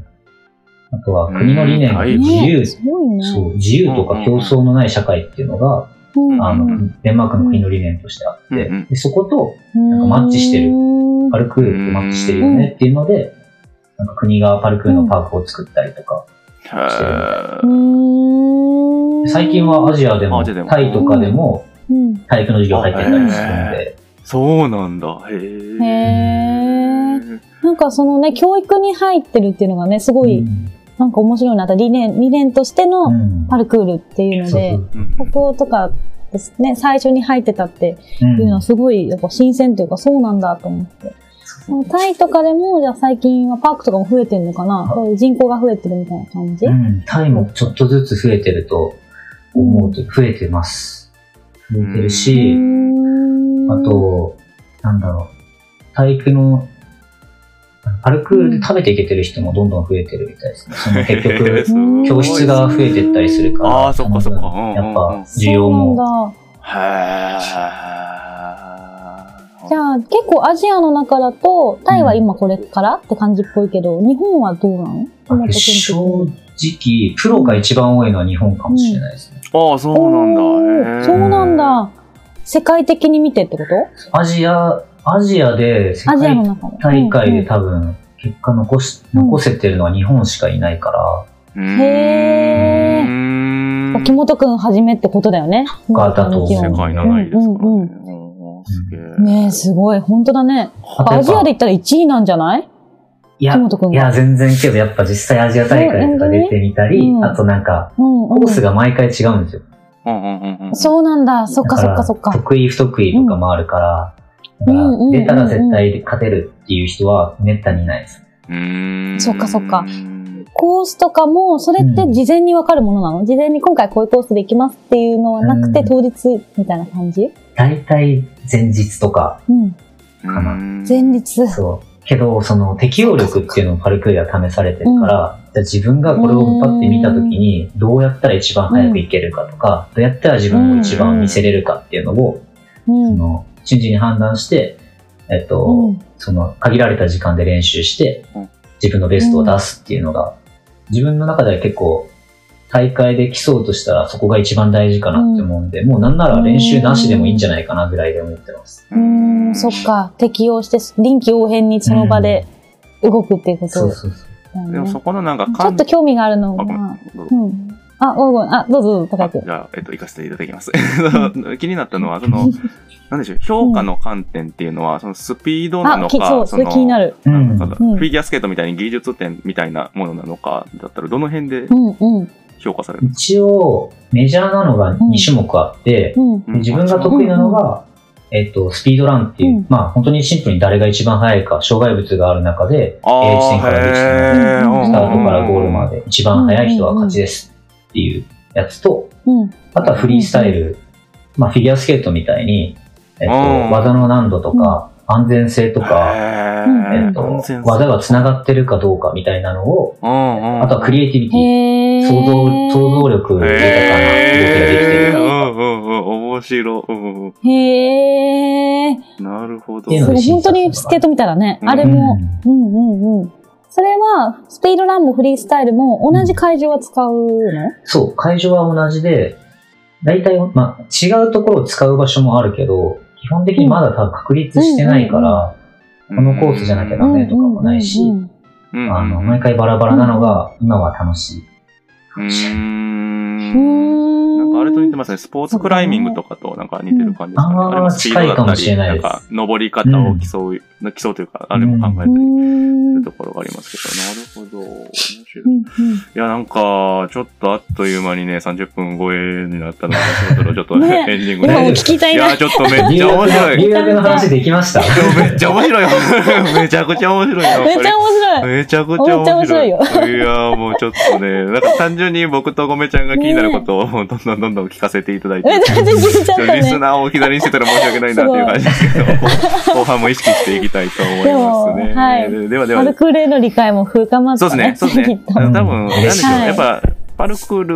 Speaker 7: あとは国の理念が
Speaker 5: うん
Speaker 7: 自由、
Speaker 6: すごいね。
Speaker 7: そう、自由とか競争のない社会っていうのが、
Speaker 6: うん
Speaker 7: あ
Speaker 5: う
Speaker 7: の、デンマークの国の理念としてあって、
Speaker 5: うんうん
Speaker 7: でそこと、なんかマッチしてるパルクールとマッチしてるよねっていうので、なんか国がパルクールのパークを作ったりとか、
Speaker 5: は
Speaker 6: うん
Speaker 7: 最近はアジアでも
Speaker 5: アジアでも
Speaker 7: タイとかでも
Speaker 6: うん
Speaker 7: 体育の授業入ってたりするので、
Speaker 5: そうなんだ。へー
Speaker 6: へえ。なんかそのね、教育に入ってるっていうのがね、すごい、なんか面白いなと。理念、理念として
Speaker 7: う
Speaker 6: の
Speaker 7: ん
Speaker 6: パルクールっていうので、
Speaker 5: うん
Speaker 6: こことかですね、最初に入ってたって
Speaker 7: うん
Speaker 6: いうのはすごい、やっぱ新鮮というか、そうなんだと思って。タイとかでも、じゃあ最近はパークとかも増えてるのかなそういう人口が増えてるみたいな感じ、
Speaker 7: うんタイもちょっとずつ増えてると思うと、増えてます。増えてるし、あと、なんだろう、体育の、パルクールで食べていけてる人もどんどん増えてるみたいですね。その結
Speaker 5: へー
Speaker 7: 局、
Speaker 5: すごい
Speaker 7: 教室が増えてったりするから、
Speaker 5: あーそっかそっかうんうんうん
Speaker 7: やっぱ需要も。
Speaker 6: そうなんだ。
Speaker 5: へー
Speaker 6: じゃあ結構アジアの中だと、タイは今これからって感じっぽいけど、日本はどうなの
Speaker 7: 正直、プロが一番多いのは日本かもしれないですね。
Speaker 5: ああ、そうなんだ。へ
Speaker 6: おー
Speaker 5: ー
Speaker 6: そうなん。だ。世界的に見てってこと
Speaker 7: アジア、アジアで世
Speaker 6: アジアの中
Speaker 7: 界
Speaker 6: で。
Speaker 7: 大会
Speaker 6: う
Speaker 7: で
Speaker 6: ん
Speaker 7: 多分、結果残し、
Speaker 6: うん
Speaker 7: 残せてるのは日本しかいないから、
Speaker 5: うーん
Speaker 6: へうん木本くんはじめってことだよね。
Speaker 7: かだと思う
Speaker 5: 世界7位ですから
Speaker 6: うんうんう
Speaker 5: ね
Speaker 6: ん。
Speaker 5: おーすげえ
Speaker 6: ねえ、すごい。本当だね。
Speaker 7: 例えば
Speaker 6: アジアで言ったら1位なんじゃない
Speaker 7: いや
Speaker 6: 木、本くん
Speaker 7: い
Speaker 6: が
Speaker 7: や、全然けど、やっぱ実際アジア大会とか出てみたり、
Speaker 6: うん
Speaker 7: あとなんか、
Speaker 6: うんうん
Speaker 7: コースが毎回違うんですよ。
Speaker 5: うんうんうんうん
Speaker 6: そうなんだ。そっかそっかそっ
Speaker 7: だ
Speaker 6: か。
Speaker 7: ら得意不得意とかもあるから、だから
Speaker 6: うんうんうんうん
Speaker 7: 出たら絶対勝てるっていう人はめったにいないです。
Speaker 5: うーん
Speaker 6: そっかそっかコースとかも、それって事前にわかるものなの、事前に今回こういうコースで行きますっていうのはなくて、
Speaker 7: うん
Speaker 6: 当日みたいな感じ
Speaker 7: 大体前日とか、
Speaker 6: うん。
Speaker 7: な
Speaker 5: うん
Speaker 6: 前日。
Speaker 7: そう。けど、その適応力っていうのをパルクールでは試されてるから、じゃあ自分がこれをパって見たときに、どうやったら一番早くいけるかとか、どうやったら自分を一番見せれるかっていうのを、
Speaker 6: う
Speaker 7: そ
Speaker 6: ん。
Speaker 7: の瞬時に判断して、えっと、
Speaker 6: うん
Speaker 7: その限られた時間で練習して
Speaker 5: うん、
Speaker 7: 自分のベストを出すっていうのが、自分の中では結構、大会で競うとしたらそこが一番大事かなって思うんで、もうなんなら練習なしでもいいんじゃないかなぐらいで思ってます。
Speaker 6: うん、そっか。適応して、臨機応変にその場で動くっていうことだ
Speaker 7: そうそう。
Speaker 6: よ
Speaker 5: でも
Speaker 6: ね。
Speaker 5: そこのなんか
Speaker 6: ちょっと興味があるの
Speaker 5: あ
Speaker 6: が、
Speaker 5: ごめんどうぞ
Speaker 6: うん。あ、ごめんごめん。あ、どうぞどうぞ、高
Speaker 5: あ
Speaker 6: 井くん
Speaker 5: じゃあ、えっと、行かせていただきます。 気になったのは、その、なんでしょう、評価の観点っていうのは、そのスピードな
Speaker 6: あ、
Speaker 5: の
Speaker 6: き
Speaker 5: か、
Speaker 6: そう、それ
Speaker 5: の
Speaker 6: 気になる。
Speaker 7: うん。
Speaker 5: なんか
Speaker 6: う
Speaker 5: フ
Speaker 6: ん
Speaker 5: ィギュアスケートみたいに技術点みたいなものなのか、だったらどの辺で
Speaker 6: うん、うん、
Speaker 5: 評価される
Speaker 7: 一応、メジャーなのが2種目あって、
Speaker 6: うん。
Speaker 5: うん
Speaker 7: 自分が得意なのが、えっと、スピードランっていう、
Speaker 6: うん
Speaker 7: まあ本当にシンプルに誰が一番速いか、障害物がある中で、A 地点から
Speaker 5: へ
Speaker 7: B 地点ま
Speaker 5: ー
Speaker 6: う
Speaker 7: で
Speaker 6: ん
Speaker 7: スタートからゴールまで一番速い人は勝ちですっていうやつと、
Speaker 6: うん、
Speaker 7: あとはフリースタイル、まあフィギュアスケートみたいに、えっと、
Speaker 5: うん
Speaker 7: 技の難度とか安全性とか、
Speaker 5: へ
Speaker 6: うん
Speaker 5: ー
Speaker 7: えっと
Speaker 5: 安全、性
Speaker 7: 技が繋がってるかどうかみたいなのを、
Speaker 5: うんうん
Speaker 7: あとはクリエイティビティ、
Speaker 6: へー。
Speaker 7: 想像、想像力豊かな動きができて
Speaker 5: へー
Speaker 7: るか。
Speaker 5: うんうんうん、面白いうんうん
Speaker 6: へー。
Speaker 5: うん。なるほど
Speaker 7: って。いうの
Speaker 6: そ
Speaker 7: で
Speaker 6: う本当にスケート見たらね、
Speaker 5: うん
Speaker 6: あれも、うん、うん、うん。それは、スピードランもフリースタイルも同じ会場は使うの
Speaker 7: そう、会場は同じで、大体、まあ、違うところを使う場所もあるけど、基本的にまだ多分確立してないから、このコースじゃなきゃダメとかもないし、
Speaker 6: うんうんうん
Speaker 5: うんうん
Speaker 7: あの、毎回バラバラなのが、今は楽しい。
Speaker 5: うー。
Speaker 6: うんー。
Speaker 5: なんんかあれと似てますね。スポーツクライミングとかとなんか似てる感じですかね。
Speaker 7: うんあー
Speaker 5: れもスピードだったり
Speaker 7: 近いかもしれないです
Speaker 5: んか登り方を競う、競うというか、あれも考えたりするところがありますけど。なるほど。面白い。
Speaker 6: うんうん
Speaker 5: いや、なんか、ちょっとあっという間にね、30分超えになった ので、そろそろちょっとね、
Speaker 6: ね
Speaker 5: エンディング
Speaker 6: いや、
Speaker 5: で。
Speaker 6: もう聞きたい
Speaker 5: い
Speaker 6: な。
Speaker 5: や、ちょっとめっちゃ面白い。
Speaker 7: 留学の話できま した。
Speaker 5: めっちゃ面白いよ。めちゃくちゃ面白いよ。
Speaker 6: めっちゃ面白い。
Speaker 5: めちゃくちゃ面白い。
Speaker 6: めっちゃ面
Speaker 5: いやーもうちょっと ね、なんか単純に僕とごめちゃんが気になることをどんどんどんどん聞かせていただいて。
Speaker 6: めちゃめちゃ聞いちゃっ
Speaker 5: ちょ
Speaker 6: た
Speaker 5: っとリス
Speaker 6: ね。
Speaker 5: ナーを左にしてたら申し訳 ないなっていう感じですけど、 後半も意識していきたいと思いますね。
Speaker 6: でもはい
Speaker 5: ではで
Speaker 6: パ
Speaker 5: は
Speaker 6: ル、クールへの理解も深まった
Speaker 5: そうですね、そうですね。
Speaker 6: きっと
Speaker 5: 多分、なんでしょう、
Speaker 6: はい
Speaker 5: やっぱ、パルクール、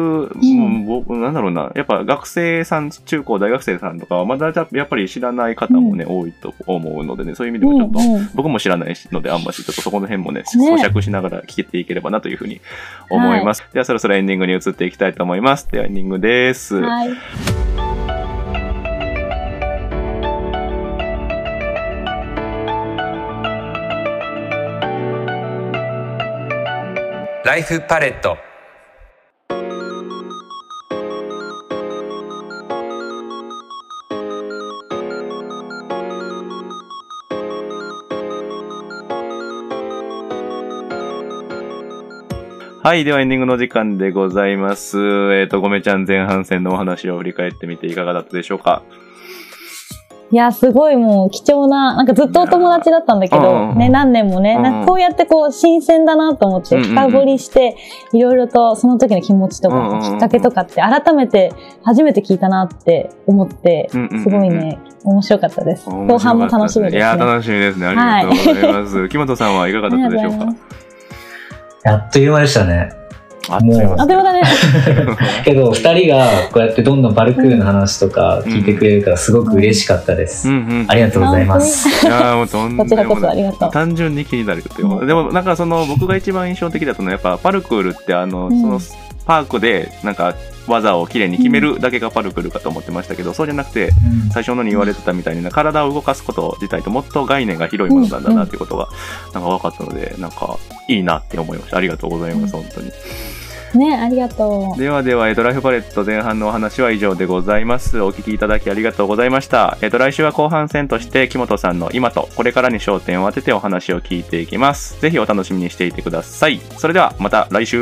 Speaker 5: もう僕、なんだろうな、やっぱ学生さん、中高大学生さんとかは、まだやっぱり知らない方もね、多いと思うのでね、そういう意味でもちょっと、僕も知らないので、あんまし、ちょっとそこの辺もね、咀嚼しながら聞けていければなというふうに思います。では、そろそろエンディングに移っていきたいと思います。では、エンディングです。
Speaker 6: はい
Speaker 8: ライフパレット。
Speaker 5: はい。では、エンディングの時間でございます。えっ、ー、と、ごめちゃん前半戦のお話を振り返ってみていかがだったでしょうか
Speaker 6: いや、すごいもう貴重な、なんかずっとお友達だったんだけど、ね、何年もね、なんかこうやってこう新鮮だなと思って、深掘りして、いろいろとその時の気持ちとか、きっかけとかって改めて初めて聞いたなって思って、すごいね、面白かったです。後半も楽しみです、ね。い
Speaker 5: や、楽しみですね。ありがとうございます。木本さんはいかがだったでしょうか
Speaker 7: あっという間でしたね。
Speaker 5: あっという
Speaker 6: 間だね。
Speaker 7: けど、二人がこうやってどんどんパルクールの話とか聞いてくれるからすごく嬉しかったです。ありがとうございます。
Speaker 5: いやもうとんでも
Speaker 6: こちらこそありがとう。
Speaker 5: 単純に気になるっていう。でも、なんかその僕が一番印象的だったのはやっぱパルクールってあの、そのパークでなんか技をきれいに決めるだけがパルクールかと思ってましたけど、そうじゃなくて、最初のに言われてたみたいに体を動かすこと自体ともっと概念が広いものなんだなっていうことがなんか分かったので、なんかいいなって思いました。ありがとうございます、本当に。
Speaker 6: ね、ありがと
Speaker 5: う。ではでは、えっ、ー、と、ライフパレット前半のお話は以上でございます。お聞きいただきありがとうございました。えっ、ー、と、来週は後半戦として、木本さんの今とこれからに焦点を当ててお話を聞いていきます。ぜひお楽しみにしていてください。それでは、また来週。